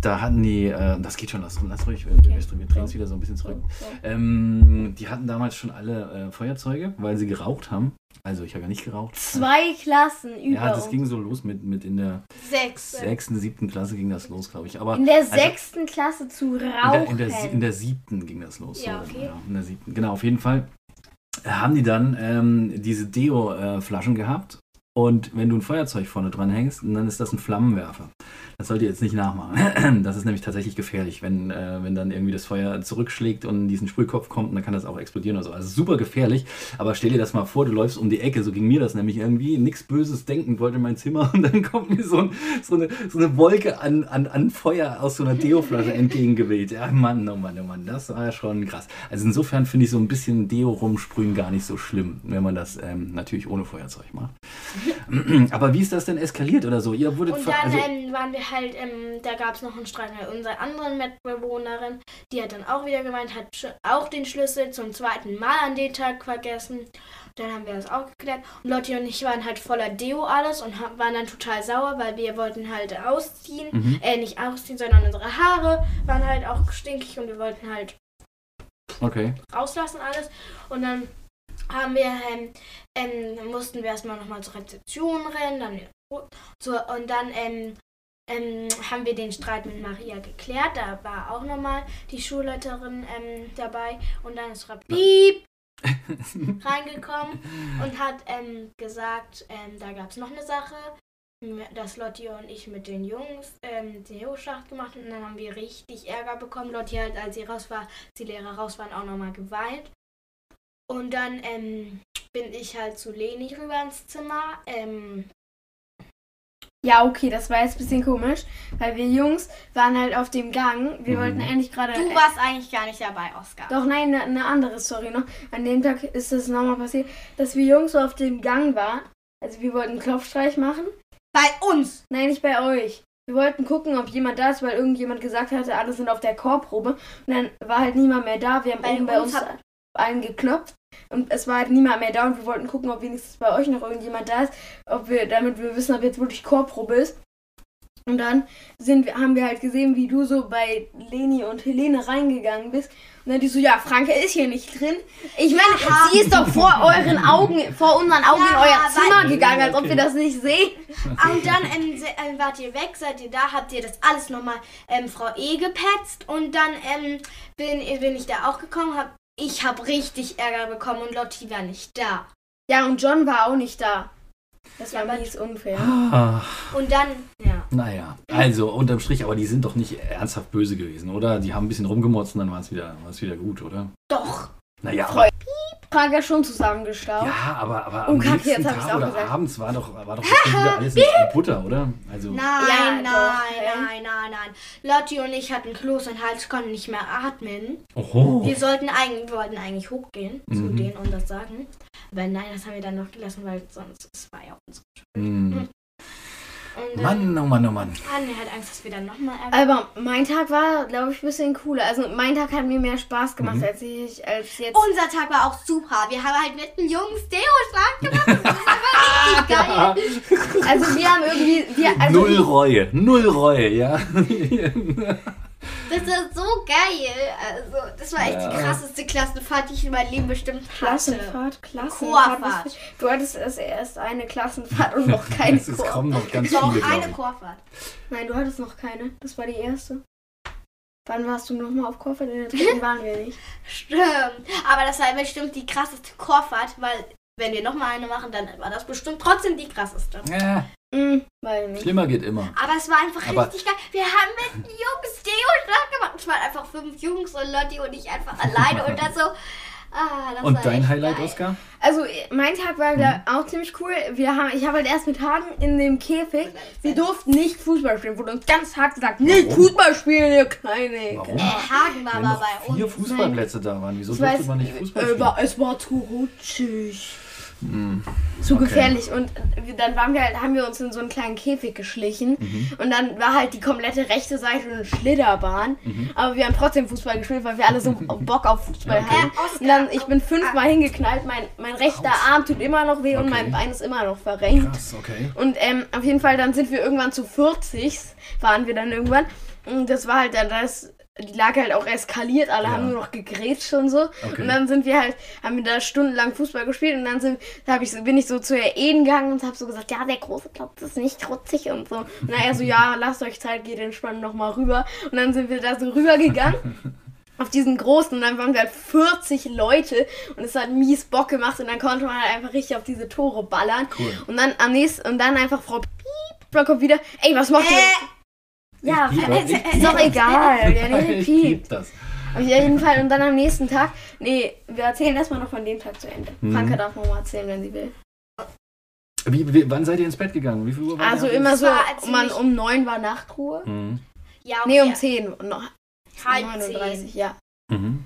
S1: da hatten die, äh, das geht schon, lass, lass ruhig, wir, wir, wir drehen es wieder so ein bisschen zurück. Ähm, die hatten damals schon alle äh, Feuerzeuge, weil sie geraucht haben. Also ich habe ja nicht geraucht.
S2: Zwei Klassen über
S1: Ja, das
S2: uns.
S1: ging so los mit, mit in der
S3: Sechs.
S1: sechsten, siebten Klasse ging das los, glaube ich. Aber
S2: In der
S1: also-
S2: sechsten Klasse zu
S1: in
S2: rauchen.
S1: der, in, der, sie- in der siebten ging das los.
S3: Ja,
S1: so,
S3: okay.
S1: ja, in der siebten. Genau, auf jeden Fall äh, haben die dann ähm, diese Deo-Flaschen äh, gehabt. Und wenn du ein Feuerzeug vorne dran hängst, dann ist das ein Flammenwerfer. Das sollt ihr jetzt nicht nachmachen. Das ist nämlich tatsächlich gefährlich, wenn, äh, wenn dann irgendwie das Feuer zurückschlägt und in diesen Sprühkopf kommt und dann kann das auch explodieren oder so. Also super gefährlich. Aber stell dir das mal vor, du läufst um die Ecke, so ging mir das nämlich irgendwie. Nichts Böses denken, wollte in mein Zimmer und dann kommt mir so, ein, so, eine, so eine Wolke an, an, an Feuer aus so einer Deo-Flasche entgegengeweht. Ja, Mann, oh Mann, oh Mann, das war ja schon krass. Also insofern finde ich so ein bisschen Deo rumsprühen gar nicht so schlimm, wenn man das ähm, natürlich ohne Feuerzeug macht. Aber wie ist das denn eskaliert oder so? Ihr wurdet
S3: Und
S1: ver-
S3: dann
S1: also-
S3: ähm, waren wir halt, ähm, da gab es noch einen Streit mit unserer anderen Mitbewohnerin. Die hat dann auch wieder gemeint, hat sch- auch den Schlüssel zum zweiten Mal an den Tag vergessen. Dann haben wir das auch geklärt. Und Lotti und ich waren halt voller Deo alles und ha- waren dann total sauer, weil wir wollten halt ausziehen.
S1: Mhm.
S3: Äh, nicht ausziehen, sondern unsere Haare waren halt auch stinkig und wir wollten halt
S1: Okay.
S3: rauslassen alles. Und dann haben wir, ähm, ähm, mussten wir erstmal nochmal zur Rezeption rennen, dann wieder zurück. so, und dann ähm, ähm, haben wir den Streit mit Maria geklärt. Da war auch nochmal die Schulleiterin ähm, dabei. Und dann ist Piep reingekommen und hat ähm, gesagt, ähm, da gab es noch eine Sache, dass Lotti und ich mit den Jungs ähm, den Hochschacht gemacht haben. Und dann haben wir richtig Ärger bekommen. Lotti hat, als sie raus war, als die Lehrer raus waren, auch nochmal geweint. Und dann ähm, bin ich halt zu Leni rüber ins Zimmer. Ähm,
S2: Ja, okay, das war jetzt ein bisschen komisch, weil wir Jungs waren halt auf dem Gang. Wir
S1: Mhm.
S2: wollten eigentlich gerade.
S3: du warst eigentlich gar nicht dabei, Oskar.
S2: Doch, nein, eine ne andere Story noch. An dem Tag ist das nochmal passiert, dass wir Jungs so auf dem Gang waren. Also wir wollten einen Klopfstreich machen.
S3: Bei uns!
S2: Nein, nicht bei euch. Wir wollten gucken, ob jemand da ist, weil irgendjemand gesagt hatte, alle sind auf der Chorprobe. Und dann war halt niemand mehr da. Wir haben
S3: Bei
S2: oben bei
S3: uns
S2: uns allen geklopft. Und es war halt niemand mehr da und wir wollten gucken, ob wenigstens bei euch noch irgendjemand da ist, ob wir, damit wir wissen, ob jetzt wirklich Chorprobe ist. Und dann sind wir, haben wir halt gesehen, wie du so bei Leni und Helene reingegangen bist. Und dann die so, ja, Franke ist hier nicht drin. Ich meine, sie ist doch vor euren Augen, vor unseren Augen in
S3: Ja,
S2: euer
S3: weil-
S2: Zimmer gegangen, als ob
S1: Okay.
S2: wir das nicht sehen.
S3: Und dann ähm, se- ähm, wart ihr weg, seid ihr da, habt ihr das alles nochmal ähm, Frau E gepetzt und dann ähm, bin, bin ich da auch gekommen, hab, ich hab richtig Ärger bekommen und Lotti war nicht da.
S2: Ja, und John war auch nicht da. Das war
S3: Ja, aber-
S2: mies unfair.
S1: Ah,
S3: Und dann, ja.
S1: naja, also unterm Strich, aber die sind doch nicht ernsthaft böse gewesen, oder? Die haben ein bisschen rumgemotzt und dann war es wieder, war's wieder gut, oder?
S3: Doch.
S1: Naja,
S2: Freu- Frank hat schon zusammengestaucht.
S1: ja, aber, aber
S2: Oh,
S1: am
S2: Kacke,
S1: nächsten
S2: jetzt hab
S1: Tag
S2: ich's auch
S1: oder
S2: gesagt.
S1: abends war doch, war doch bestimmt wieder alles in Butter, oder? Also,
S3: Nein, nein,
S2: doch,
S3: nein, nein, nein. Lotti und ich hatten Kloß und Hals, konnten nicht mehr atmen.
S1: oho.
S3: Wir sollten eigentlich, wir wollten eigentlich hochgehen zu
S1: Mhm.
S3: denen und das sagen. Aber nein, das haben wir dann noch gelassen, weil sonst es war ja unsere
S1: Hm.
S3: Und dann
S1: Mann, oh Mann, oh Mann.
S3: hatten wir halt Angst, dass wir dann nochmal Ärger
S2: Aber mein Tag war, glaube ich, ein bisschen cooler. Also mein Tag hat mir mehr Spaß gemacht,
S1: Mhm.
S2: als ich als jetzt.
S3: Unser Tag war auch super. Wir haben halt mit den Jungs Deo-Schrank gemacht. Das war richtig geil.
S2: Also wir haben irgendwie. Wir, also
S1: null Reue, null Reue, ja.
S3: Das war so geil. Also, das war echt
S1: Ja.
S3: die krasseste Klassenfahrt, die ich in meinem Leben bestimmt hatte.
S2: Klassenfahrt, Klassenfahrt.
S3: Chorfahrt.
S2: was- Du hattest erst, erst eine Klassenfahrt und noch keine
S1: Es es
S2: Chor.
S1: kommen noch ganz
S3: Es war auch
S1: viele,
S3: eine
S1: glaube
S3: Chorfahrt.
S2: Nein, du hattest noch keine. Das war die erste. Wann warst du nochmal auf Chorfahrt? In der dritten waren wir nicht.
S3: Stimmt. Aber das war bestimmt die krasseste Chorfahrt, weil wenn wir nochmal eine machen, dann war das bestimmt trotzdem die krasseste.
S1: ich. Ja,
S2: Hm, weil nicht.
S1: schlimmer geht immer.
S3: Aber es war einfach
S1: Aber-
S3: richtig geil. Wir haben mit den Jungs Deo-Schrank gemacht. Es waren einfach fünf Jungs und Lotti und ich einfach alleine und dann so. Ah, das
S1: Und
S3: war
S1: dein
S3: echt
S1: Highlight,
S3: geil.
S1: Oskar?
S2: Also äh, mein Tag war
S1: Mhm.
S2: glaub, auch ziemlich cool. Wir haben, ich habe halt erst mit Hagen in dem Käfig. Wir durften nicht Fußball spielen. Wurde uns ganz hart gesagt, nicht
S1: Warum?
S2: Fußball spielen, ihr kleine.
S1: Warum?
S3: Äh, Hagen war
S1: Wenn noch
S3: aber bei uns. ne?
S1: vier Fußballplätze da waren, wieso
S2: Ich
S1: durfte
S2: weiß,
S1: man nicht Fußball
S2: äh,
S1: spielen?
S2: war, es war zu rutschig,
S1: Hm.
S2: zu
S1: Okay.
S2: gefährlich. Und äh, dann waren wir halt, haben wir uns in so einen kleinen Käfig geschlichen.
S1: Mhm.
S2: Und dann war halt die komplette rechte Seite eine Schlitterbahn.
S1: Mhm.
S2: Aber wir haben trotzdem Fußball gespielt, weil wir alle so Bock auf Fußball
S1: Okay.
S2: hatten.
S3: Äh, Oskar,
S2: Und dann, ich bin fünfmal hingeknallt, mein, mein rechter Arm tut immer noch weh und
S1: Okay.
S2: mein Bein ist immer noch verrenkt.
S1: Krass, okay.
S2: Und ähm, auf jeden Fall, dann sind wir irgendwann zu 40, waren wir dann irgendwann. Und das war halt dann das, die Lage halt auch eskaliert, alle
S1: Ja.
S2: haben nur noch gegrätscht und so.
S1: Okay.
S2: Und dann sind wir halt, haben wir da stundenlang Fußball gespielt und dann sind, da hab ich, so- bin ich so zu der Ehen gegangen und habe so gesagt, ja, der große Platz ist nicht rutzig und so. Und dann er so, ja, lasst euch Zeit, geht entspannt nochmal rüber. Und dann sind wir da so rübergegangen auf diesen großen und dann waren wir halt 40 Leute und es hat mies Bock gemacht und dann konnte man halt einfach richtig auf diese Tore ballern.
S1: Cool.
S2: Und dann am nächsten und dann einfach Frau Piep, dann kommt wieder, ey, was macht ihr? Ja,
S1: Ich
S3: äh,
S1: piep, ich
S2: ist doch egal, ja, nee,
S1: Ich
S2: Piep.
S1: lieb das.
S2: Auf jeden Fall und dann am nächsten Tag, nee, wir erzählen erstmal noch von dem Tag zu Ende.
S1: Mhm.
S2: Franka darf nochmal erzählen, wenn sie will.
S1: Wie, wie, wann seid ihr ins Bett gegangen? Wie viel Uhr war
S2: Also
S1: ihr?
S2: immer so,
S3: war als
S2: man,
S3: ziemlich-
S2: um 9 war Nachtruhe.
S1: Mhm.
S3: Ja, okay.
S2: Nee, um 10, noch
S3: halb zehn.
S2: 39, ja.
S1: Mhm.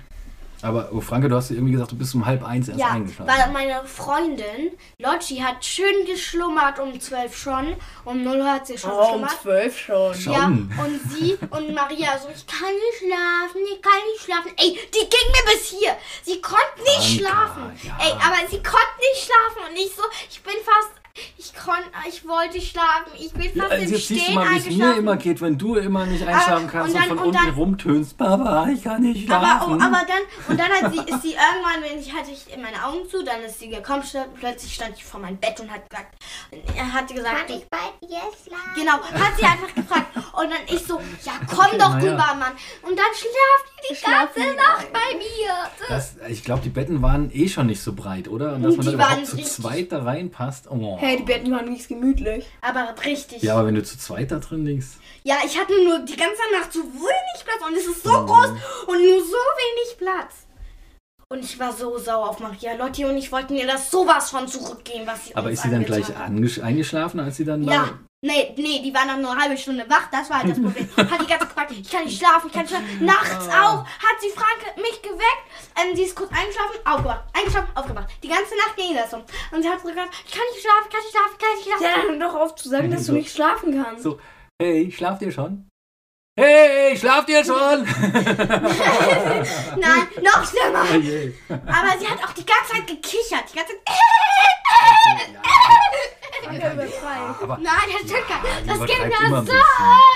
S1: Aber oh, Franke, du hast irgendwie gesagt, du bist um halb eins erst
S3: Ja,
S1: eingeschlafen.
S3: weil meine Freundin Loggi hat schön geschlummert um 12 schon. Um 0 Uhr hat sie schon
S2: Oh, um
S3: geschlummert.
S2: 12 schon.
S1: Schon.
S3: Ja,
S1: Schon.
S3: und sie und Maria so, ich kann nicht schlafen, ich kann nicht schlafen. Ey, die ging mir bis hier. Sie konnte nicht
S1: Anka,
S3: schlafen.
S1: ja.
S3: Ey, aber sie konnte nicht schlafen und ich so, ich bin fast, ich kon, Mann, ich wollte schlafen. Ich bin fast
S1: also
S3: im
S1: jetzt siehst du
S3: Stehen
S1: mal, wie es mir
S3: eingeschlafen.
S1: immer geht, wenn du immer nicht einschlafen
S3: Ah,
S1: kannst und,
S3: und
S1: von
S3: dann- und
S1: unten
S3: dann-
S1: rumtönst. Papa, ich kann nicht
S3: Aber,
S1: schlafen.
S3: oh, aber dann, und dann hat sie, ist sie irgendwann, wenn ich hatte ich meine Augen zu, dann ist sie gekommen, stand, plötzlich stand ich vor meinem Bett und hat gesagt, er hat gesagt,
S4: Kann ich bei dir schlafen?
S3: genau, hat sie einfach gefragt. Und dann ich so, ja komm
S1: Okay,
S3: doch
S1: na ja.
S3: rüber, Mann. Und dann schlaft die die ganze Nacht bei mir.
S1: das, ich glaube, die Betten waren eh schon nicht so breit, oder? Und dass man
S3: Die
S1: da überhaupt
S3: waren
S1: zu
S3: richtig-
S1: zweit da reinpasst. Oh.
S2: Hey, die Betten waren nicht gemütlich.
S3: Aber richtig.
S1: Ja, aber wenn du zu zweit da drin liegst.
S3: Ja, ich hatte nur die ganze Nacht so wenig Platz und es ist
S1: Oh.
S3: so groß und nur so wenig Platz. Und ich war so sauer auf Maria Lotti und ich wollte ihr das sowas von zurückgeben, was sie
S1: Aber
S3: uns
S1: ist sie dann
S3: angetan
S1: gleich
S3: hat.
S1: angesch- eingeschlafen, als sie dann
S3: Ja,
S1: da.
S3: nee, nee, die war noch nur eine halbe Stunde wach, das war halt das Problem. Hat die ganze Zeit gefragt, ich kann nicht schlafen, ich kann nicht schlafen. Nachts
S1: Ah.
S3: auch hat sie Franke mich geweckt, ähm, sie ist kurz eingeschlafen, aufgewacht, eingeschlafen, aufgewacht. Die ganze Nacht ging das so. Und sie hat so gesagt, ich kann nicht schlafen, ich kann nicht schlafen, ich kann nicht schlafen.
S2: Ja, dann doch auf zu sagen, dass du
S1: So.
S2: nicht schlafen kannst.
S1: So, hey, schlaft ihr schon? Hey, schlaft ihr schon?
S3: Nein, noch schlimmer.
S1: Oh je.
S3: Aber sie hat auch die ganze Zeit gekichert, die ganze Zeit. äh,
S1: Ja,
S2: Überfrei.
S1: aber
S3: Nein, das stimmt gar nicht. Das geht
S1: übertreibt halt immer
S3: mir
S1: ein
S3: so
S1: bisschen.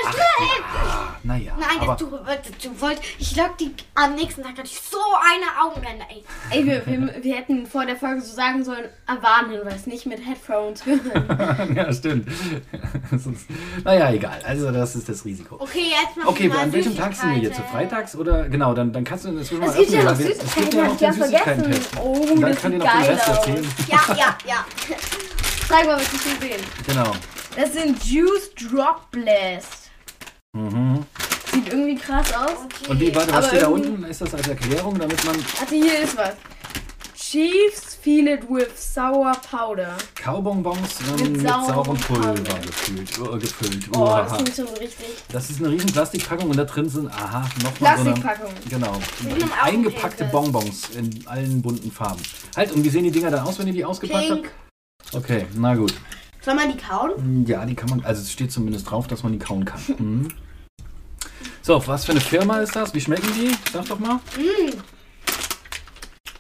S1: Ach,
S3: schlimm.
S1: Ah, naja,
S3: Nein,
S1: aber
S3: das du, äh, du wolltest. Ich lag die am nächsten Tag hatte ich so eine Augenränder. Ey.
S2: Ey, wir, wir, wir hätten vor der Folge so sagen sollen, ein Warnhinweis, nicht mit Headphones.
S1: ja, stimmt. Sonst, naja, egal. Also, das ist das Risiko.
S3: Okay, jetzt machen
S1: Okay,
S3: wir mal
S1: an welchem Tag sind wir jetzt? So
S3: Süßigkeiten.
S1: Freitags oder? Genau, dann, dann kannst du das mal
S2: Es gibt ja
S1: öffnen, weil
S2: noch
S1: wir- es gibt
S2: Süßigkeiten,
S1: ja
S2: hab
S1: noch
S2: ich ganz
S1: den
S2: vergessen.
S1: Süßigkeiten-Test.
S2: Oh,
S1: Und dann
S2: das
S1: kann dir
S2: sieht
S1: noch den
S2: geil
S1: Rest
S2: aus.
S1: erzählen.
S3: Ja, ja, ja.
S2: Zeig mal, was ich hier sehe.
S1: Genau.
S2: Das sind Juice Drop Blast.
S1: Mhm.
S2: Sieht irgendwie krass aus.
S3: Okay.
S1: Und wie, warte, was
S2: Aber
S1: steht da
S2: irgendwie-
S1: unten? Ist das als Erklärung, damit man
S2: Also hier ist was. Chiefs feel it with sour powder.
S1: Kaubonbons
S2: Mit
S1: ähm, mit
S2: saurem
S1: saurem Pulver
S2: Pulver.
S1: gefüllt? äh, gefüllt.
S2: Oh,
S1: Uah.
S2: das klingt schon so richtig.
S1: Das ist eine riesen Plastikpackung und da drin sind, aha, nochmal so eine,
S2: Plastikpackung.
S1: genau,
S3: einem
S1: eingepackte
S3: Augenpinkel.
S1: Bonbons in allen bunten Farben. Halt, und wie sehen die Dinger dann aus, wenn ihr die ausgepackt
S3: Pink.
S1: habt? Okay, na gut.
S3: Soll man die kauen?
S1: Ja, die kann man, also es steht zumindest drauf, dass man die kauen kann. Mhm. So, was für eine Firma ist das? Wie schmecken die? Sag doch mal.
S3: Mm,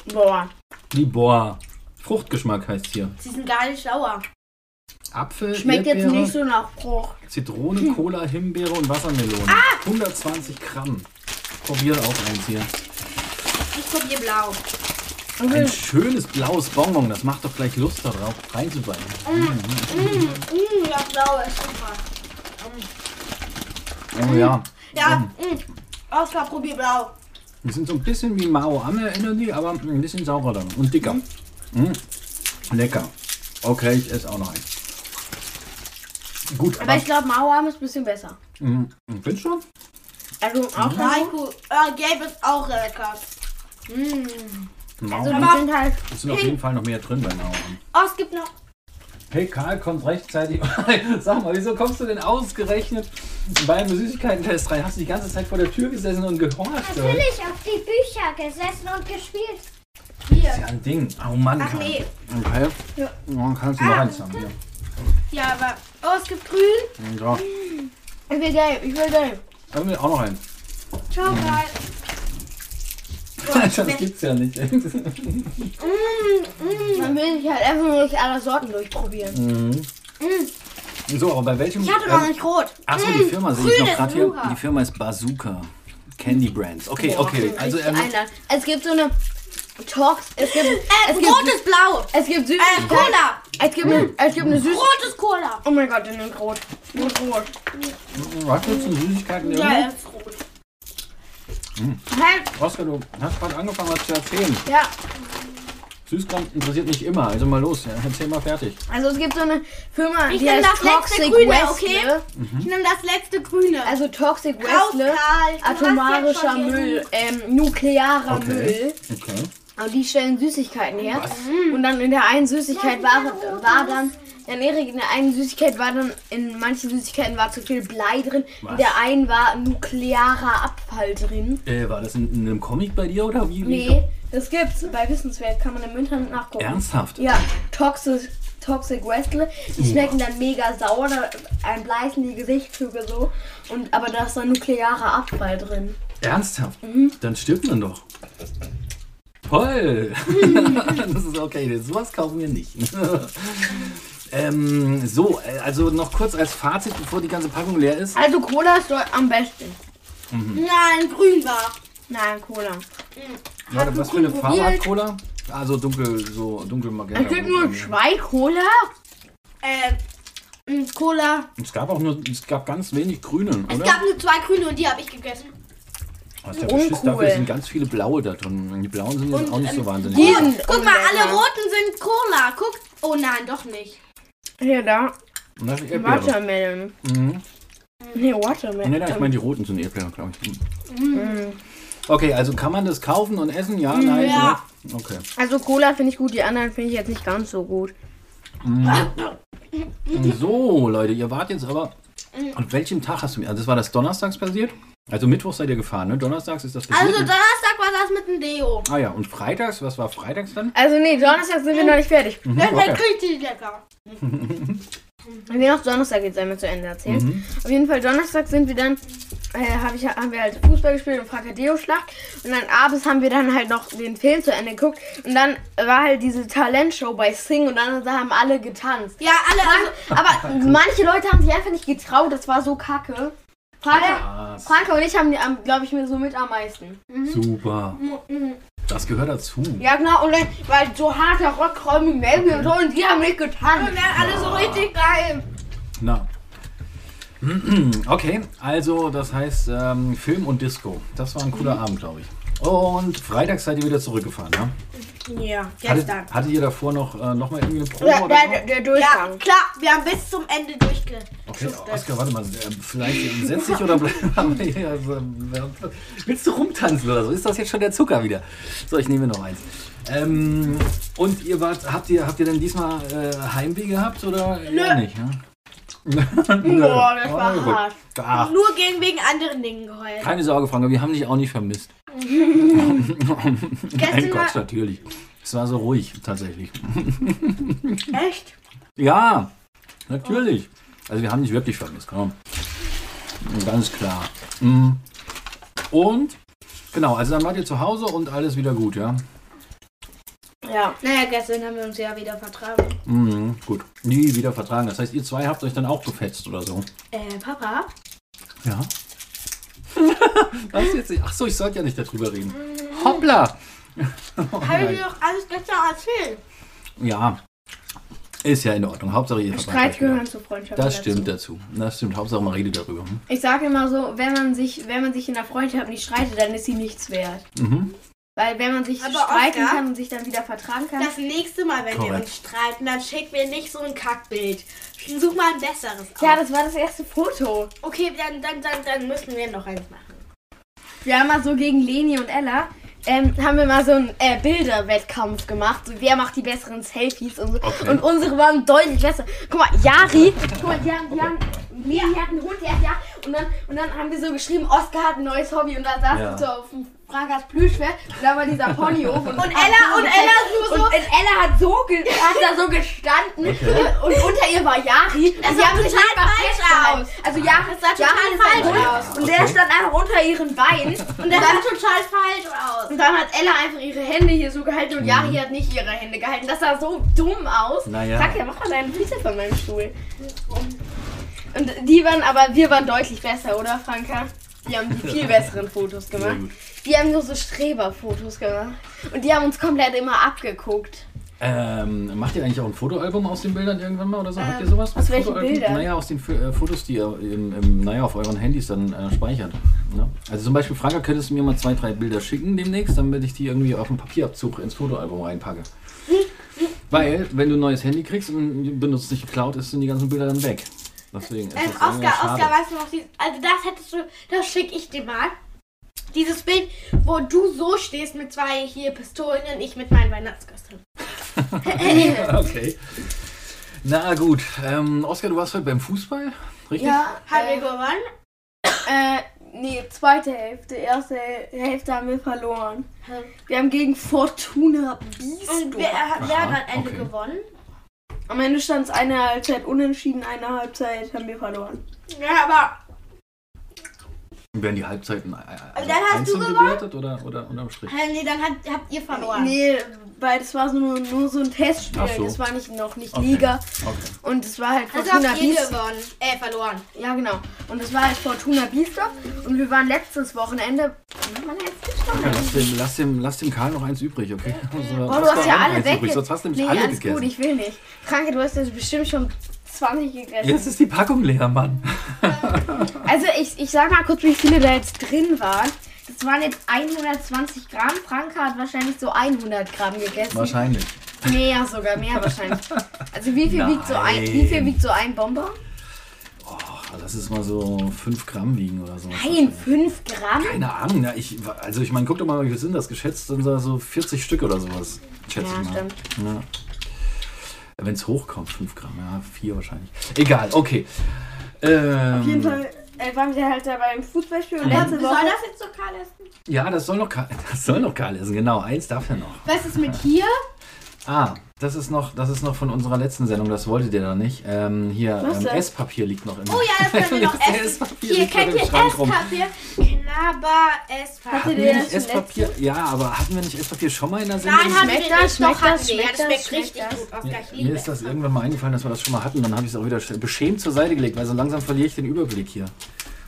S1: Mhm.
S2: Boah.
S1: Die Boa. Fruchtgeschmack heißt hier.
S3: sie sind gar nicht sauer.
S1: Apfel,
S2: Schmeckt jetzt
S1: Erdbeere,
S2: nicht so nach Bruch. Hm.
S1: Zitrone, Cola, Himbeere und Wassermelone.
S2: Ah!
S1: 120 Gramm. Probier auch eins hier.
S3: Ich probier blau.
S1: Ein schönes blaues Bonbon, das macht doch gleich Lust darauf, reinzubeißen.
S3: Mm, ja, blau ist super.
S2: Hm.
S1: Oh ja,
S3: Ja,
S1: Mhm.
S3: mm. Oscar, probier blau.
S1: die sind so ein bisschen wie Mao Amme, erinnern die, aber ein bisschen saurer dann und dicker.
S2: Hm.
S1: Mm. Lecker. Okay, ich esse auch noch eins. Gut, aber,
S2: Aber ich glaube, Mauerarm ist ein bisschen besser.
S1: mm, findest du?
S2: Also auch
S3: Nein,
S2: mhm.
S3: cool. Äh, gelb ist auch lecker.
S1: Mao
S2: Also
S1: Amme.
S2: die sind halt.
S1: Es sind auf jeden Fall noch mehr drin bei Mao Amme.
S3: Oh, es gibt noch.
S1: Hey Karl, kommt rechtzeitig. Sag mal, wieso kommst du denn ausgerechnet beim Süßigkeiten-Test rein? Hast du die ganze Zeit vor der Tür gesessen und gehorcht? oder?
S4: Natürlich auf die Bücher gesessen und gespielt.
S1: Das ist ja ein Ding. Oh Mann, Karl.
S3: nee.
S1: Okay. Ja. Dann kannst du noch eins haben. Hier.
S3: Ja, aber. Oh, es gibt grün.
S1: So,
S2: Ich will gelb, ich will gelb.
S1: dann will ich auch noch eins.
S3: Ciao,
S1: Mhm.
S3: geil.
S1: Das gibt's ja nicht.
S2: Dann will ich halt einfach nur durch alle Sorten durchprobieren.
S1: Mhm. So, aber bei welchem?
S3: Ich hatte noch
S1: ähm,
S3: nicht rot.
S1: Achso, die Firma sehe ich noch
S3: grünes
S1: gerade hier.
S3: Nuga.
S1: Die Firma ist Bazooka. Candy Brands. Okay, okay. Also
S2: Richtig
S1: ähm,
S2: einladen. es gibt so eine Talks, es gibt,
S3: Äh,
S2: es
S3: rot
S2: gibt,
S3: ist blau.
S2: es gibt
S3: Äh,
S2: Süßigkeiten,
S3: Cola.
S2: es gibt,
S1: Mhm.
S2: eine, es gibt eine Süßigkeit.
S3: Rot ist Cola.
S2: Oh mein Gott, in den Rot. Rot, rot.
S1: was willst du Süßigkeiten?
S3: Ja,
S1: Ja.
S3: ist rot.
S1: Mhm.
S2: Halt,
S1: Oskar, du hast gerade angefangen, was zu erzählen.
S2: ja.
S1: Süßkram interessiert mich immer. Also mal los, ja, erzähl mal fertig.
S2: Also es gibt so eine Firma,
S3: Ich
S2: die
S3: nehm
S2: heißt
S3: das letzte
S2: Toxic ne?
S3: Grüne,
S2: Westle.
S3: Ich nehme das letzte grüne.
S2: Also Toxic
S3: Raus,
S2: Westle,
S3: Karl. Du hast jetzt
S2: atomarischer
S3: schon den-
S2: Müll, ähm, nuklearer Müll.
S1: Okay.
S2: Und die stellen Süßigkeiten her. Und dann in der einen Süßigkeit war, war dann, in Erik, in der einen Süßigkeit war dann, in manchen Süßigkeiten war zu viel Blei drin,
S1: Was?
S2: in der einen war nuklearer Abfall drin.
S1: Äh, war das in, in einem Comic bei dir oder wie? wie-
S2: Nee, das gibt's. Bei Wissenswert kann man im Internet nachgucken.
S1: Ernsthaft?
S2: Ja, Toxic, Toxic Westle. Die schmecken dann mega sauer, da ein bleißen die Gesichtszüge so. Und, aber da ist dann nuklearer Abfall drin.
S1: Ernsthaft? Dann stirbt man doch. Toll! das ist okay, sowas kaufen wir nicht. Ähm, so, äh, also noch kurz als Fazit, bevor die ganze Packung leer ist.
S2: Also Cola ist doch am besten.
S3: Nein, grün war.
S2: Nein, Cola.
S3: Also
S1: Leute, was für eine Farbe hat Cola? Also dunkel, so dunkel magenta.
S2: Es gibt nur zwei Cola.
S3: Äh, m, Cola.
S1: Es gab auch nur, es gab ganz wenig Grüne,
S3: Es
S1: oder?
S3: gab nur zwei grüne und die habe ich gegessen.
S1: Was der Beschiss
S2: Uncool.
S1: dafür sind ganz viele blaue da drin. Die blauen sind jetzt auch nicht so wahnsinnig.
S2: die-
S1: lecker.
S2: Und
S3: Guck mal,
S2: lecker.
S3: alle roten sind Cola. Guck. Oh nein, doch nicht.
S2: Hier, da.
S1: Und das ist Erdbeere.
S2: Watermelon.
S1: Mhm.
S2: Nee, Watermelon.
S1: Nee, nein, ich meine, die roten sind Erdbeeren, glaube ich. Okay, also kann man das kaufen und essen? Ja, nein.
S3: Ja.
S1: so. Okay.
S2: also Cola finde ich gut, die anderen finde ich jetzt nicht ganz so gut.
S1: So, Leute, ihr wart jetzt aber. An welchem Tag hast du mir. Also, das war das donnerstags passiert? Also, Mittwoch seid ihr gefahren, ne? Donnerstags ist das passiert.
S3: Also Donnerstag war das mit dem Deo.
S1: ah ja, und freitags? Was war freitags dann?
S2: Also nee, Donnerstag sind wir noch nicht fertig.
S3: Das war
S1: Mhm, okay.
S3: richtig lecker.
S2: Wir noch Donnerstag jetzt einmal zu Ende erzählen.
S1: Mhm.
S2: Auf jeden Fall Donnerstag sind wir dann, äh, hab ich, haben wir halt Fußball gespielt und Frikadeo-Schlacht. Und dann abends haben wir dann halt noch den Film zu Ende geguckt. Und dann war halt diese Talentshow bei Sing und dann haben alle getanzt.
S3: Ja, alle. Also,
S2: Aber manche Leute haben sich einfach nicht getraut, das war so kacke. Franka,
S1: Krass.
S2: Franka und ich haben, glaube ich, mir so mit am meisten.
S1: Super. Das gehört dazu.
S2: Ja, genau, und dann, weil so harter Rock, Räumig, Melvin und so, und die haben nicht getanzt.
S3: und dann alle so richtig geil.
S1: Na. Okay, also das heißt ähm, Film und Disco. Das war ein cooler
S2: Mhm.
S1: Abend, glaube ich. Und freitags seid ihr wieder zurückgefahren, ne?
S3: Ja,
S1: Hattet,
S3: gestern.
S1: hattet ihr davor noch, äh, noch mal irgendwie eine Probe
S2: Der,
S1: oder
S2: der,
S1: so?
S2: der
S3: Ja,
S2: Durchgang.
S3: klar, wir haben bis zum Ende durchge.
S1: Okay, Oskar, warte mal. äh, Vielleicht setz dich oder bleib am Meer, also, äh, Willst du rumtanzen oder so? Ist das jetzt schon der Zucker wieder? So, ich nehme noch eins. Ähm, und ihr wart, habt ihr, habt ihr denn diesnö äh, Heimweh gehabt oder eher nicht? Ne? Oh,
S2: Boah, das war
S1: gut.
S2: hart.
S1: Ach,
S3: Nur gegen wegen anderen Dingen geheult.
S1: Keine Sorge, Franka, wir haben dich auch nicht vermisst. Mein
S3: Gestern
S1: Gott,
S3: war,
S1: natürlich. Es war so ruhig, tatsächlich.
S3: echt?
S1: Ja, natürlich. Also wir haben dich wirklich vermisst, komm. Ganz klar. Mm. Und, genau, also dann wart ihr zu Hause und alles wieder gut, ja?
S2: Ja.
S3: Naja, gestern haben wir uns ja wieder vertragen.
S1: Mhm, gut. Nie wieder vertragen. Das heißt, ihr zwei habt euch dann auch gefetzt oder so.
S3: Äh, Papa?
S1: Ja. Was jetzt? Ach so, ich sollte ja nicht darüber reden. Hoppla!
S3: Habe ich
S1: nein.
S3: dir doch alles gestern erzählt.
S1: Ja. Ist ja in Ordnung. Hauptsache ihr verbreitet
S2: Streit
S1: euch wieder.
S2: gehören zur Freundschaft.
S1: Das
S2: dazu.
S1: stimmt dazu. Das stimmt. Hauptsache man redet darüber. hm?
S2: Ich sage immer so, wenn man sich, wenn man sich in der Freundschaft nicht streitet, dann ist sie nichts wert.
S1: Mhm.
S2: Weil wenn man sich
S3: Aber
S2: streiten
S3: Oskar?
S2: kann und sich dann wieder vertragen kann.
S3: Das nächste Mal, wenn wir
S1: Korrekt.
S3: uns streiten, dann schickt mir nicht so ein Kackbild. Such mal ein besseres aus.
S2: ja, das war das erste Foto.
S3: okay, dann, dann, dann, dann müssen wir noch eins machen.
S2: Wir haben mal so gegen Leni und Ella ähm, haben wir mal so einen äh, Bilderwettkampf gemacht. So, wer macht die besseren Selfies und so.
S1: Okay.
S2: Und unsere waren deutlich besser. Guck mal, Yari. Guck mal, die haben, die haben, Leni hat einen Hund, der hat ja. Und dann, und dann haben wir so geschrieben, Oscar hat ein neues Hobby. Und da saß
S1: Ja.
S2: so auf dem Frankas Plüschpferd. Und da war dieser Ponyhof. Und, und
S3: Ella- und Ella nur so-
S2: Und Ella hat so, ge hat da so gestanden. Und unter ihr war Yari. Und die
S3: sah
S2: haben sich
S3: total
S2: einfach
S3: falsch
S2: festgehalten.
S3: aus.
S2: Also Yari,
S3: sah total
S2: Yari ist ein
S3: falsch
S2: Hund.
S3: aus.
S2: Und der
S1: Okay.
S2: stand einfach unter ihren Beinen.
S3: Und das sah total falsch aus.
S2: Und dann hat Ella einfach ihre Hände hier so gehalten
S1: Mhm.
S2: und Yari hat nicht ihre Hände gehalten. Das sah so dumm aus.
S1: Naja.
S2: Sag ja, mach mal deine Füße von meinem Stuhl. Und die waren aber, wir waren deutlich besser, oder Franka? Die haben die viel besseren Fotos
S1: Sehr
S2: gemacht.
S1: gut.
S2: Die haben nur so Streberfotos gemacht. Und die haben uns komplett immer abgeguckt.
S1: Ähm, macht ihr eigentlich auch ein Fotoalbum aus den Bildern irgendwann mal oder so? Habt ihr sowas?
S2: aus welchen
S1: Fotoalbum?
S2: Bildern?
S1: Naja, aus den F äh, Fotos, die ihr im, im, naja, auf euren Handys dann äh, speichert. Ne? Also zum Beispiel, Franka, könntest du mir mal zwei, drei Bilder schicken demnächst, damit ich die irgendwie auf dem Papierabzug ins Fotoalbum reinpacke. Weil, wenn du ein neues Handy kriegst und benutzt nicht Cloud, ist, sind die ganzen Bilder dann weg. Deswegen ist
S3: Ähm,
S1: das irgendwie
S3: Oscar,
S1: schade.
S3: Oscar, weißt du noch, die- also das hättest du, das schicke ich dir mal. Dieses Bild, wo du so stehst mit zwei hier Pistolen und ich mit meinen Weihnachtskostüm.
S1: Okay. Na gut, ähm, Oskar, du warst heute beim Fußball, richtig?
S3: Haben wir gewonnen?
S2: Äh, nee, zweite Hälfte. Erste Hälfte haben wir verloren.
S3: Hm.
S2: Wir haben gegen Fortuna Biesdorf.
S3: Und wer, hat- wer hat
S1: Aha,
S3: am Ende
S1: okay.
S3: gewonnen?
S2: Am Ende stand es eine Halbzeit unentschieden, eine Halbzeit haben wir verloren.
S3: Ja, aber
S1: Werden die Halbzeiten äh, also
S3: dann hast du
S1: einzeln
S3: gewonnen?
S1: gewertet oder, oder unterm Strich?
S3: Äh, nee, dann habt, habt ihr verloren.
S2: Nee, weil das war so nur, nur so ein Testspiel.
S1: Ach so.
S2: Das war nicht, noch nicht
S1: Okay.
S2: Liga.
S1: Okay.
S2: Und es war halt
S3: Also
S2: Fortuna
S3: habt ihr
S2: Biesdorf.
S3: gewonnen. Äh, verloren.
S2: Ja, genau. Und es war halt Fortuna Biesdorf. Und wir waren letztes Wochenende. Man hat's
S1: Ja, lass, dem, lass, dem, lass dem Karl noch eins übrig, okay? Also,
S2: Oh, du hast ja alle weg.
S1: Sonst hast du nämlich
S2: nee,
S1: alle
S2: alles
S1: gegessen.
S2: gut, ich will nicht. Kranke, du hast das bestimmt schon 20 gegessen.
S1: Jetzt ist die Packung leer, Mann.
S2: Also ich, ich sag mal kurz, wie viele da jetzt drin waren. Das waren jetzt 120 Gramm. Franka hat wahrscheinlich so 100 Gramm gegessen.
S1: Wahrscheinlich.
S2: Mehr sogar, mehr wahrscheinlich. Also wie viel,
S1: Nein.
S2: wiegt so, ein, wie viel wiegt so ein Bomber?
S1: Ach, Ah, lass es mal so 5 Gramm wiegen oder so.
S2: Nein, 5 Gramm?
S1: Keine Ahnung, ja, ich, also ich meine, guck doch mal, wie viel sind das geschätzt? Sind da so 40 Stück oder sowas, schätze
S2: Ja,
S1: ich mal.
S2: stimmt.
S1: Ja. Wenn es hochkommt, 5 Gramm, ja, 4 wahrscheinlich. Egal, okay. Ähm,
S2: Auf jeden Fall äh, waren wir halt da beim Fußballspiel und letzte
S3: Soll
S2: Woche.
S3: das jetzt so Karl essen?
S1: Ja, das soll noch Karl, das soll noch Karl essen, genau, eins darf er noch.
S3: Was ist mit hier?
S1: Ah, das ist noch, das ist noch von unserer letzten Sendung, das wolltet ihr noch nicht. Ähm, hier,
S2: Was
S1: ähm,
S2: denn?
S1: Esspapier liegt noch im
S3: Oh ja, das können wir noch
S1: Das
S3: essen.
S1: Esspapier
S3: Hier,
S1: liegt noch
S3: kennt
S1: im
S3: ihr
S1: Schrank rum.
S3: Esspapier? Knabber Esspapier.
S1: Hatten
S2: Hattet
S1: wir
S2: ihr
S1: nicht
S2: das schon
S1: Esspapier? Ja, aber hatten wir nicht Esspapier schon mal in der Sendung?
S3: Nein, haben wir
S2: Schmeckt
S3: nicht.
S2: das?
S3: Doch,
S2: Schmeckt
S3: hatten
S2: das?
S3: wir. Ja, das
S2: Schmeckt das?
S3: schmeckt richtig
S2: Schmeckt
S3: gut. Auf gleich
S1: Mir
S3: liebe.
S1: ist das irgendwann mal eingefallen, dass wir das schon mal hatten. Dann habe ich es auch wieder sch- beschämt zur Seite gelegt, weil so langsam verliere ich den Überblick hier.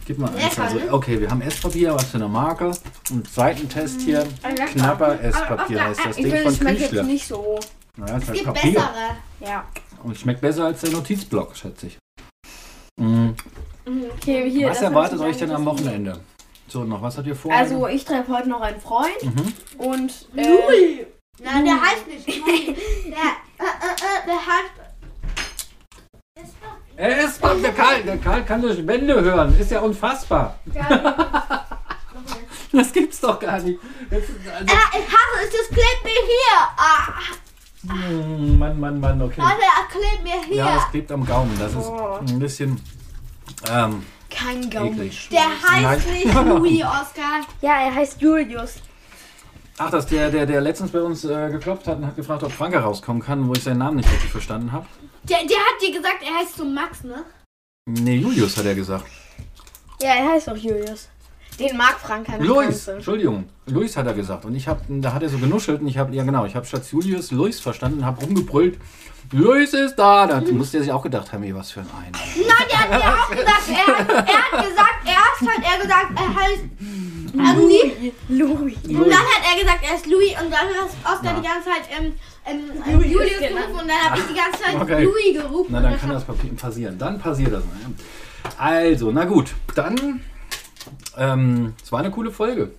S1: Gib mal eins.
S3: Lecker,
S1: Also,
S3: ne?
S1: okay, wir haben Esspapier, was für eine Marke. Und Seitentest hier.
S3: Hm.
S1: Knapper Esspapier heißt das
S2: Ich
S1: Ding
S2: finde, es
S1: von
S2: schmeckt jetzt
S1: Küchler.
S2: nicht so.
S1: Naja, es
S3: Es
S1: ist
S3: gibt
S1: halt Papier.
S3: bessere.
S2: Ja.
S1: Und schmeckt besser als der Notizblock, schätze ich. Mhm.
S2: Okay, hier,
S1: Was
S2: das
S1: erwartet
S2: hab ich
S1: euch denn am
S2: sagen müssen.
S1: Wochenende? So, noch was habt ihr vor?
S2: Also ich treffe heute noch einen Freund
S1: Mhm.
S2: und äh,
S3: Nein, der heißt nicht. Juli. Der, äh, äh, äh, der heißt.
S1: Esspapier, Karl, der Karl kann durch Wände hören. Ist ja unfassbar. Das gibt's doch gar nicht. Das ist
S2: Äh,
S1: also,
S3: Ah, ich hasse es, das klebt mir hier. Ah,
S1: Mm, Mann, Mann, Mann, okay.
S3: Leute, das klebt mir hier.
S1: Ja, das klebt am Gaumen. Das ist
S2: Oh.
S1: ein bisschen ähm,
S2: kein Gaumen.
S1: eklig.
S3: der heißt
S1: Nein.
S3: nicht Juli, Oscar.
S2: Ja, er heißt Julius.
S1: Ach, das der, der, der letztens bei uns äh, geklopft hat und hat gefragt, ob Franka rauskommen kann, wo ich seinen Namen nicht richtig verstanden habe.
S3: Der, der hat dir gesagt, er heißt so Max, ne?
S1: Nee, Julius hat er gesagt.
S2: Ja, er heißt auch Julius. Den mag Frank keine
S1: Luis,
S2: Chance.
S1: Entschuldigung. Luis hat er gesagt. Und ich habe, da hat er so genuschelt und ich habe, ja genau, ich habe statt Julius Luis verstanden und habe rumgebrüllt. Luis ist da. Da musste er sich auch gedacht haben, ey, was für ein Ein.
S3: Nein, der hat mir auch gesagt, er hat, er hat gesagt, erst hat er gesagt, er heißt Louis.
S2: Louis.
S3: Und dann hat er gesagt, er ist Louis. Und dann hat Oscar
S1: Na.
S3: die ganze Zeit ähm, ähm,
S2: Julius
S3: Julius
S2: genannt.
S3: gerufen. Und dann habe ich die ganze Zeit
S1: genau. Okay.
S3: Louis gerufen.
S1: Na,
S3: und
S1: dann
S3: das
S1: kann
S3: hat-
S1: das Papier- passieren. Dann passiert das. naja. Also, na gut, dann. Ähm, es war eine coole Folge.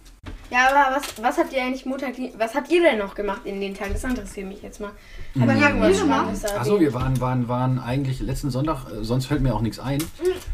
S2: Ja, aber was, was habt ihr eigentlich Montag, Dien- was habt ihr denn noch gemacht in den Tagen? Das interessiert mich jetzt mal. Aber
S1: Mhm.
S2: irgendwas
S3: Wir machen-
S2: Spannendes
S1: Achso, wir waren, waren, waren eigentlich letzten Sonntag, äh, sonst fällt mir auch nichts ein.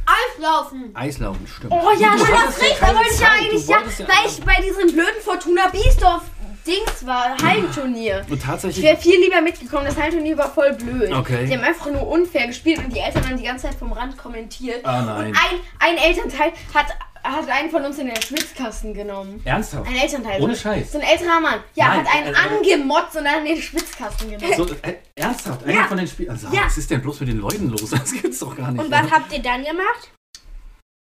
S3: Eislaufen.
S1: Eislaufen, stimmt.
S2: Mhm. Oh ja,
S1: Du
S2: das
S1: hattest
S2: ist richtig. Da
S1: keine
S2: wollte ich ja
S1: Zeit, du
S2: eigentlich, ja,
S1: wolltest ja-
S2: weil ich bei diesem blöden Fortuna Biesdorf Dings war, Heimturnier.
S1: Und
S2: Ich
S1: tatsächlich.
S2: wäre viel lieber mitgekommen, das Heimturnier war voll blöd.
S1: Okay.
S2: Die haben einfach nur unfair gespielt und die Eltern haben die ganze Zeit vom Rand kommentiert.
S1: Ah, nein.
S2: Ein, ein Elternteil hat, hat einen von uns in den Schwitzkasten genommen.
S1: Ernsthaft?
S2: Ein Elternteil.
S1: Ohne
S2: so-
S1: Scheiß.
S2: So ein älterer Mann. Ja,
S1: Nein,
S2: hat einen
S1: äh, äh,
S2: angemotzt und dann in den Schwitzkasten genommen.
S1: So, äh, ernsthaft? Einer von den Spielern. Also,
S2: Ja.
S1: Was ist denn bloß mit den Leuten los? Das gibt's doch gar nicht.
S3: Und was habt ihr dann gemacht?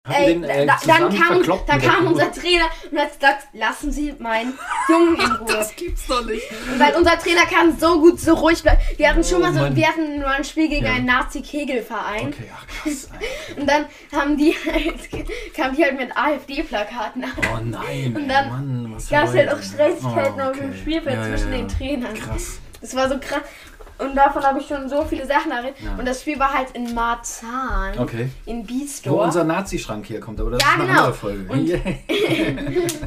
S1: Habt ihr den, äh,
S2: da, dann
S1: zusammen
S2: kam,
S1: verkloppt
S2: dann
S1: mit der
S2: kam
S1: Kugel?
S2: unser Trainer und hat gesagt, lassen Sie meinen Jungen in Ruhe.
S1: Das gibt's doch nicht.
S2: Weil unser Trainer kann so gut, so ruhig bleiben. Wir hatten schon
S1: Oh,
S2: mal so
S1: Mann.
S2: wir hatten mal ein Spiel gegen
S1: Ja.
S2: einen Nazi-Kegelverein.
S1: Okay, ach krass.
S2: Und dann haben die halt, kamen die halt mit AfD-Plakaten an.
S1: Oh nein,
S2: Und
S1: ey,
S2: dann
S1: Mann, was für
S2: Gab es halt
S1: Leute.
S2: auch Streitigkeiten
S1: Oh,
S2: auf dem
S1: okay.
S2: Spielfeld
S1: Ja, ja,
S2: zwischen
S1: ja.
S2: den Trainern.
S1: Krass.
S2: Das war so krass. Und davon habe ich schon so viele Sachen darin.
S1: Ja.
S2: Und das Spiel war halt in Marzahn,
S1: Okay.
S2: in
S1: Wo
S2: Biesdorf.
S1: unser Nazi-Schrank herkommt, aber das
S2: Ja,
S1: ist eine
S2: genau.
S1: andere Folge.
S2: Und-
S1: Yeah.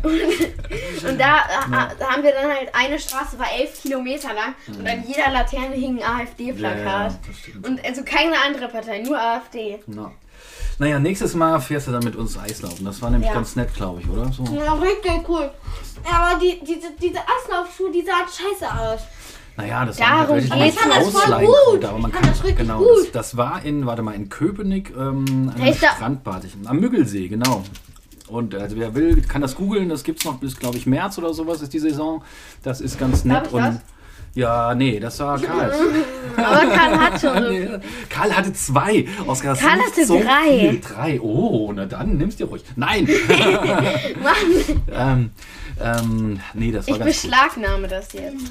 S2: Und da, äh, da haben wir dann halt eine Straße, war elf Kilometer lang. Und an jeder Laterne hing ein
S1: Ja,
S2: AfD-Plakat.
S1: Mhm. ja, das stimmt.
S2: Und also keine andere Partei, nur AfD.
S1: Na. Naja, nächstes Mal fährst du dann mit uns Eislaufen. Das war nämlich
S2: Ja.
S1: ganz nett, glaube ich, oder? So.
S3: Ja, richtig cool. Aber die, diese, diese Eislaufschuhe, die sahen scheiße aus.
S1: Oh, Naja, das
S2: Darum
S1: war
S2: geht's. Ich fand
S3: das voll
S1: ausleihen
S3: gut.
S1: konnte, aber man
S3: Ich fand
S1: kann
S3: das richtig
S1: genau,
S3: gut.
S1: Das, das war in, warte mal, in Köpenick ähm, an einem
S2: ist da-
S1: Strandbad, ich, am Müggelsee, genau. Und also wer will, kann das googeln. Das gibt's noch bis, glaube ich, März oder sowas ist die Saison. Das ist ganz nett
S2: ich
S1: und
S2: das?
S1: Ja, nee, das war Karl.
S2: Aber Karl hat schon so
S1: Nee, Karl hatte zwei. Oskar, das
S2: Karl
S1: ist
S2: hatte
S1: nicht so
S2: drei.
S1: Viel. Drei. Oh, na dann nimmst dir ruhig. Nein. ähm, ähm, nee, das war
S2: Ich
S1: ganz gut.
S2: beschlagnahme das jetzt.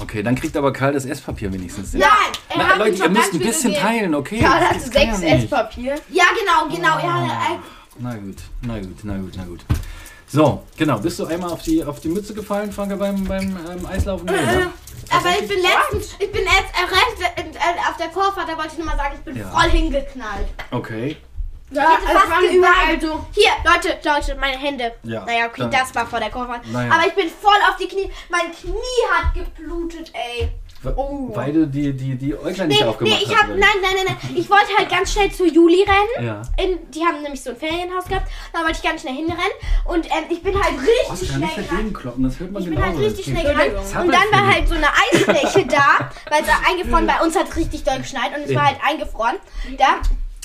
S1: Okay, dann kriegt aber Karl das Esspapier wenigstens.
S3: Nein, er
S1: Na,
S3: hat mir
S1: Leute, ihr
S3: schon ganz
S1: müsst ein
S3: viel
S1: bisschen
S3: gegeben.
S1: teilen, okay?
S2: Karl
S1: Das-
S2: hat
S1: das kann
S2: sechs
S1: ja nicht.
S2: Esspapier.
S3: Ja, genau, genau. Er
S1: Oh.
S3: hat,
S1: Na gut, na gut, na gut, na gut. So, genau. Bist du einmal auf die, auf die Mütze gefallen, Franke, beim, beim ähm, Eislaufen? Nee,
S3: Äh.
S1: ne?
S3: aber ich bin letztens, ich bin jetzt erreicht äh, äh, auf der Kurve, da wollte ich nur mal sagen, ich bin
S1: Ja.
S3: voll hingeknallt.
S1: Okay.
S2: Ja,
S3: Ich hätte
S2: Ah, es
S3: fast
S2: waren
S3: gesagt,
S2: überall so.
S3: Hier, Leute, Leute, meine Hände.
S1: Ja,
S3: Naja, okay,
S1: dann-
S3: das war vor der Kurve.
S1: Naja.
S3: Aber ich bin voll auf die Knie. Mein Knie hat geblutet, ey.
S1: We-
S3: Oh.
S1: Weil du die, die, die Äuglein
S3: Nee,
S1: nicht aufgemacht
S3: nee, ich
S1: hast.
S3: hab,
S1: oder
S3: nein,
S1: wie?
S3: nein, nein, nein. Ich wollte halt ganz schnell zu Juli rennen.
S1: Ja.
S3: In, die haben nämlich so ein Ferienhaus gehabt. Da wollte ich ganz schnell hinrennen. Und ähm, ich bin halt richtig
S1: Oskar,
S3: schnell
S1: nicht
S3: gerannt.
S1: dagegen kloppen, das hört man
S3: Ich bin
S1: genauso.
S3: halt richtig
S1: Das
S3: schnell
S1: geht.
S3: gerannt.
S1: Das hat
S3: Und
S1: man
S3: dann war
S1: für
S3: halt so eine Eisfläche da, weil es war eingefroren. Bei uns hat es richtig doll geschneit und es war halt eingefroren. Da.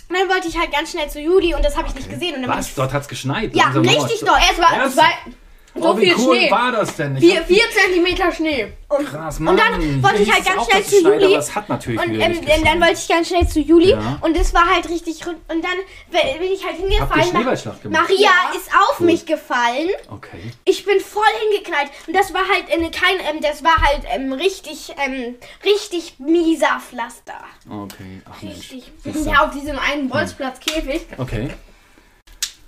S3: Und dann wollte ich halt ganz schnell zu Juli und das habe ich nicht gesehen. Und dann bin ich
S1: Was? Dort hat's geschneit?
S3: Ja,
S1: langsam
S3: richtig
S1: Nord.
S3: doll.
S2: Es war
S1: Ernst?
S2: zwei, so
S1: oh, wie
S2: viel
S1: cool
S2: Schnee.
S1: war das denn? Ich
S2: vier,
S1: hab-
S2: vier Zentimeter Schnee.
S1: Krass, Mann.
S3: Und dann wollte ich halt
S1: hieß
S3: ganz
S1: auch,
S3: schnell
S1: dass
S3: zu
S1: es schneit,
S3: Juli.
S1: Aber es hat natürlich
S3: Und
S1: wieder
S3: ähm,
S1: nicht
S3: dann, dann
S1: geschneit.
S3: wollte ich ganz schnell zu Juli
S1: Ja.
S3: und es war halt richtig rund. Und dann bin bin ich halt
S1: Habt ihr
S3: hingefallen. Ma-
S1: Schneeballschlacht gemacht?
S3: Maria
S2: Ja.
S3: ist auf mich gefallen.
S1: Okay.
S3: Ich bin voll hingeknallt. Und das war halt in kein, ähm, das war halt ähm, richtig, ähm, richtig mieser Pflaster.
S1: Okay. Ach Mensch.
S3: Richtig.
S2: Wir sind ja auf diesem einen Bolzplatzkäfig,
S1: Okay.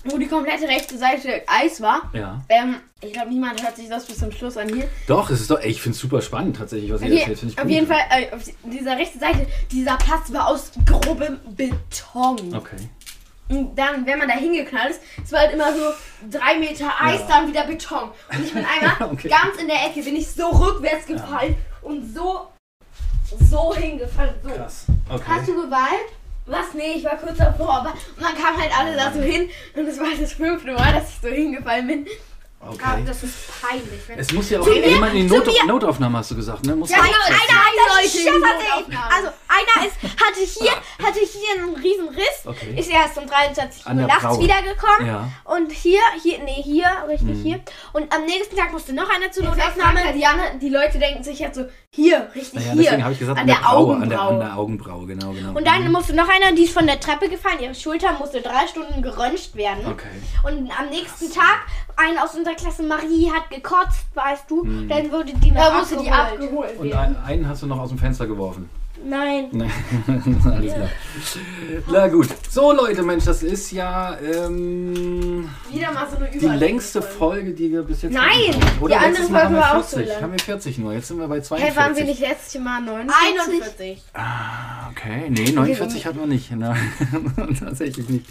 S2: wo die komplette rechte Seite Eis war.
S1: Ja.
S2: Ähm, ich glaube, niemand hört sich das bis zum Schluss an hier.
S1: Doch, es ist doch. Ey, ich find's super spannend tatsächlich, was ihr
S2: Hier,
S1: erzählt. Find ich
S2: auf
S1: gut.
S2: jeden Fall, äh, auf dieser rechten Seite, dieser Platz war aus grobem Beton.
S1: Okay.
S2: Und dann, wenn man da hingeknallt ist, es war halt immer so drei Meter Eis,
S1: Ja.
S2: dann wieder Beton. Und ich bin einmal
S1: Okay.
S2: ganz in der Ecke, bin ich so rückwärts gefallen und so, so hingefallen. So.
S1: Krass.
S3: Hast
S1: Okay.
S3: du geweint?
S2: Was? Nee, ich war kurz davor. Aber, und dann kamen halt alle da so hin und es war das fünfte Mal, dass ich so hingefallen bin.
S1: Okay.
S3: Ah, Das ist peinlich. Wenn
S1: Es muss ja auch jemand in die Not Notaufnahme, hast du gesagt, ne? Muss ja,
S3: genau, Einer, einer,
S2: Leute,
S3: ist-
S2: die
S3: das hatte ich.
S2: Notaufnahme.
S3: Also einer ist, hatte hier, hatte hier einen riesen Riss.
S1: Okay.
S3: Ist erst um 23 Uhr
S1: An der
S3: nachts
S1: Braue.
S3: wiedergekommen.
S1: Ja. Mhm.
S3: Und hier, hier, nee, hier, richtig hier. Und am nächsten Tag musste noch einer zur Notaufnahme.
S2: Die, anderen- die Leute denken sich jetzt so, hier, richtig
S1: Ja,
S2: hier.
S1: deswegen habe ich gesagt,
S2: an der,
S1: Braue,
S2: Augenbraue.
S1: an der, an der Augenbraue, genau, genau.
S3: Und dann musste noch einer, die ist von der Treppe gefallen. Ihre Schulter musste drei Stunden geröntgt werden.
S1: Okay.
S3: Und am nächsten Tag, eine aus unserer Klasse, Marie, hat gekotzt, weißt du.
S1: Mhm.
S3: Dann wurde die noch
S2: da musste die
S3: abgeholt.
S2: abgeholt
S1: Und
S2: werden.
S1: ein- einen hast du noch aus dem Fenster geworfen.
S3: Nein.
S1: Nein, Alles klar. Na gut. So, Leute, Mensch, das ist ja ähm,
S2: Wieder mal so eine
S1: die
S2: Überleitung.
S1: längste Folge, die wir bis jetzt
S2: Nein,
S1: hatten. Oder
S2: die andere
S1: letztes Mal
S2: Folge
S1: haben
S2: war
S1: wir
S2: auch so
S1: 40.
S2: lang.
S1: haben wir 40 nur. Jetzt sind wir bei
S2: Hey,
S1: 42.
S2: waren wir nicht letztes Mal 49?
S1: Okay, nee, 49 hat man nicht. Nein, tatsächlich nicht.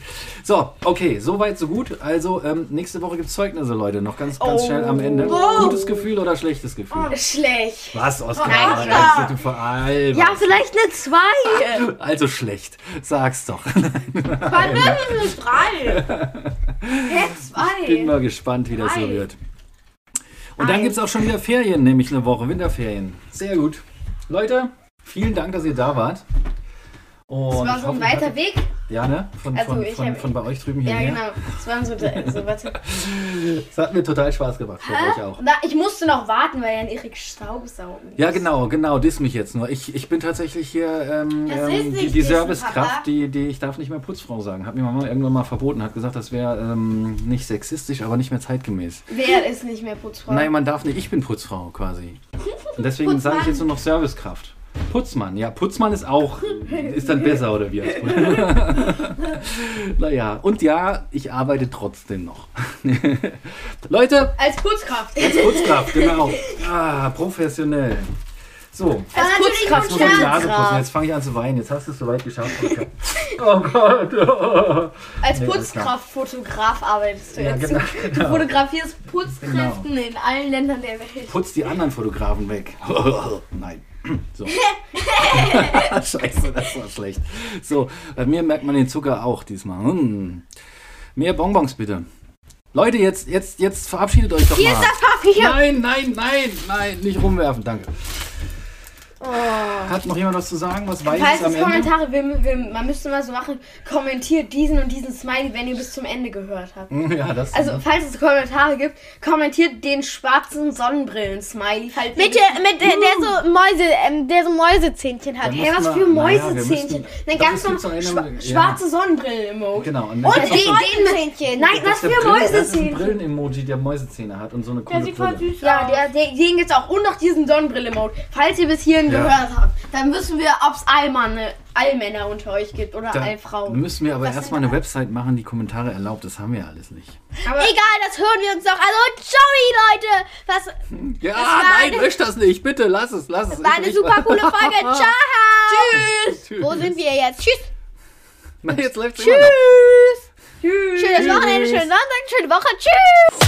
S1: So, okay, so weit, so gut. Also, ähm, nächste Woche gibt es Zeugnisse, Leute. Noch ganz, ganz
S2: Oh.
S1: schnell am Ende.
S2: Wow. Oh,
S1: Gutes Gefühl oder schlechtes Gefühl?
S2: Schlecht.
S1: Was, Oskar?
S2: Oskar.
S1: Also, du veralberst.
S2: Ja, vielleicht eine 2.
S1: Also schlecht. Sag's doch.
S2: Bei mir ist eine 3. Hä, 2?
S1: Bin mal gespannt, wie das so
S2: Nein.
S1: wird. Und dann gibt's auch schon wieder Ferien, nämlich eine Woche Winterferien. Sehr gut. Leute, vielen Dank, dass ihr da wart. Und
S2: Es war
S1: ich
S2: so ein
S1: hoffe, ihr
S2: weiter
S1: hattet-
S2: Weg.
S1: Ja, ne? Von,
S2: Also,
S1: von,
S2: ich
S1: von,
S2: hab-
S1: von bei euch drüben
S2: Ja,
S1: hierher.
S2: genau. Es waren so, so warte.
S1: Es hat mir total Spaß gemacht. Ich hoffe, euch auch.
S2: Na, ich musste noch warten, weil Jan Erik Staubsaugen.
S1: Ja, genau, genau, diss mich jetzt nur. Ich, ich bin tatsächlich hier ähm, ähm,
S3: Das ist
S1: die,
S3: nicht
S1: die
S3: dissen, Papa.
S1: Servicekraft, die, die ich darf nicht mehr Putzfrau sagen. Hat mir Mama irgendwann mal verboten, hat gesagt, das wäre ähm, nicht sexistisch, aber nicht mehr zeitgemäß.
S2: Wer ist nicht mehr Putzfrau?
S1: Nein, man darf nicht. Ich bin Putzfrau quasi. Und deswegen sage ich jetzt nur noch Servicekraft. Putzmann, ja, Putzmann ist auch, ist dann besser oder wie? naja, und ja, ich arbeite trotzdem noch. Leute,
S2: Als Putzkraft.
S1: als Putzkraft, genau. Ah, professionell. So,
S2: Als Putzkraft.
S1: jetzt muss ich die Nase putzen. Jetzt fange ich an zu weinen. Jetzt hast du es soweit geschafft. Oh Gott.
S2: Als
S1: Nee, alles klar.
S2: Putzkraftfotograf arbeitest du
S1: Ja,
S2: jetzt.
S1: genau,
S2: Du
S1: genau.
S2: fotografierst Putzkräften in allen Ländern der Welt.
S1: Putz die anderen Fotografen weg. Nein. So. Scheiße, das war schlecht. So, bei mir merkt man den Zucker auch diesmal. Hm. Mehr Bonbons bitte. Leute, jetzt, jetzt, jetzt verabschiedet euch doch
S3: Hier
S1: mal.
S3: ist das Papier.
S1: nein, nein, nein, nein, nicht rumwerfen, danke.
S2: Oh.
S1: Hat noch jemand was zu sagen? Was weiß
S2: Falls
S1: es am
S2: es
S1: Ende?
S2: Kommentare, wir, wir, man müsste mal so machen, kommentiert diesen und diesen Smiley, wenn ihr bis zum Ende gehört habt.
S1: Hm, Ja, das.
S2: Also, falls es Kommentare gibt, kommentiert den schwarzen Sonnenbrillen-Smiley. falls ihr
S3: Mit, der- mit äh, der, der so Mäuse, ähm, der so Mäusezähnchen hat.
S1: Dann
S2: Hä,
S1: müssen
S2: was
S1: wir-
S2: für
S1: naja, wir
S2: Mäusezähnchen?
S1: müssten-
S2: Nein,
S1: doch,
S2: ganz
S1: es gibt so
S2: normal.
S1: eine
S2: Schwa
S1: mit- ja.
S2: Schwarze Sonnenbrillen-Emoji.
S1: Genau. dann
S2: Und
S1: gibt's noch so-
S2: den
S3: Mäusezähnchen.
S2: Nein, was
S1: Das ist der
S2: für
S1: Brillen- Das ist ein
S2: Mäusezähnchen?
S1: Brillen-Emoji, der Mäusezähne hat und so eine coole Brille.
S2: Ja, der, der, den gibt's auch. Und noch diesen Sonnenbrille-Mode. Falls ihr bis hierhin
S1: Ja.
S2: gehört habt, dann wissen wir, ob's Allmanne, Allmänner unter euch gibt oder
S1: Da
S2: Allfrauen.
S1: müssen wir aber erstmal eine Website machen, die Kommentare erlaubt. Das haben wir alles nicht.
S2: Aber
S3: Egal, das hören wir uns doch. Also, sorry, Leute. Was
S1: Ja, nein, lösch das nicht. Bitte, lass es, lass es.
S3: war eine super coole Folge. Ciao. Tschüss.
S1: Tschüss.
S3: Wo sind wir jetzt? Tschüss.
S1: Na, jetzt läuft's immer noch.
S3: Schönes Wochenende, schönen Sonntag, schöne Woche. Tschüss.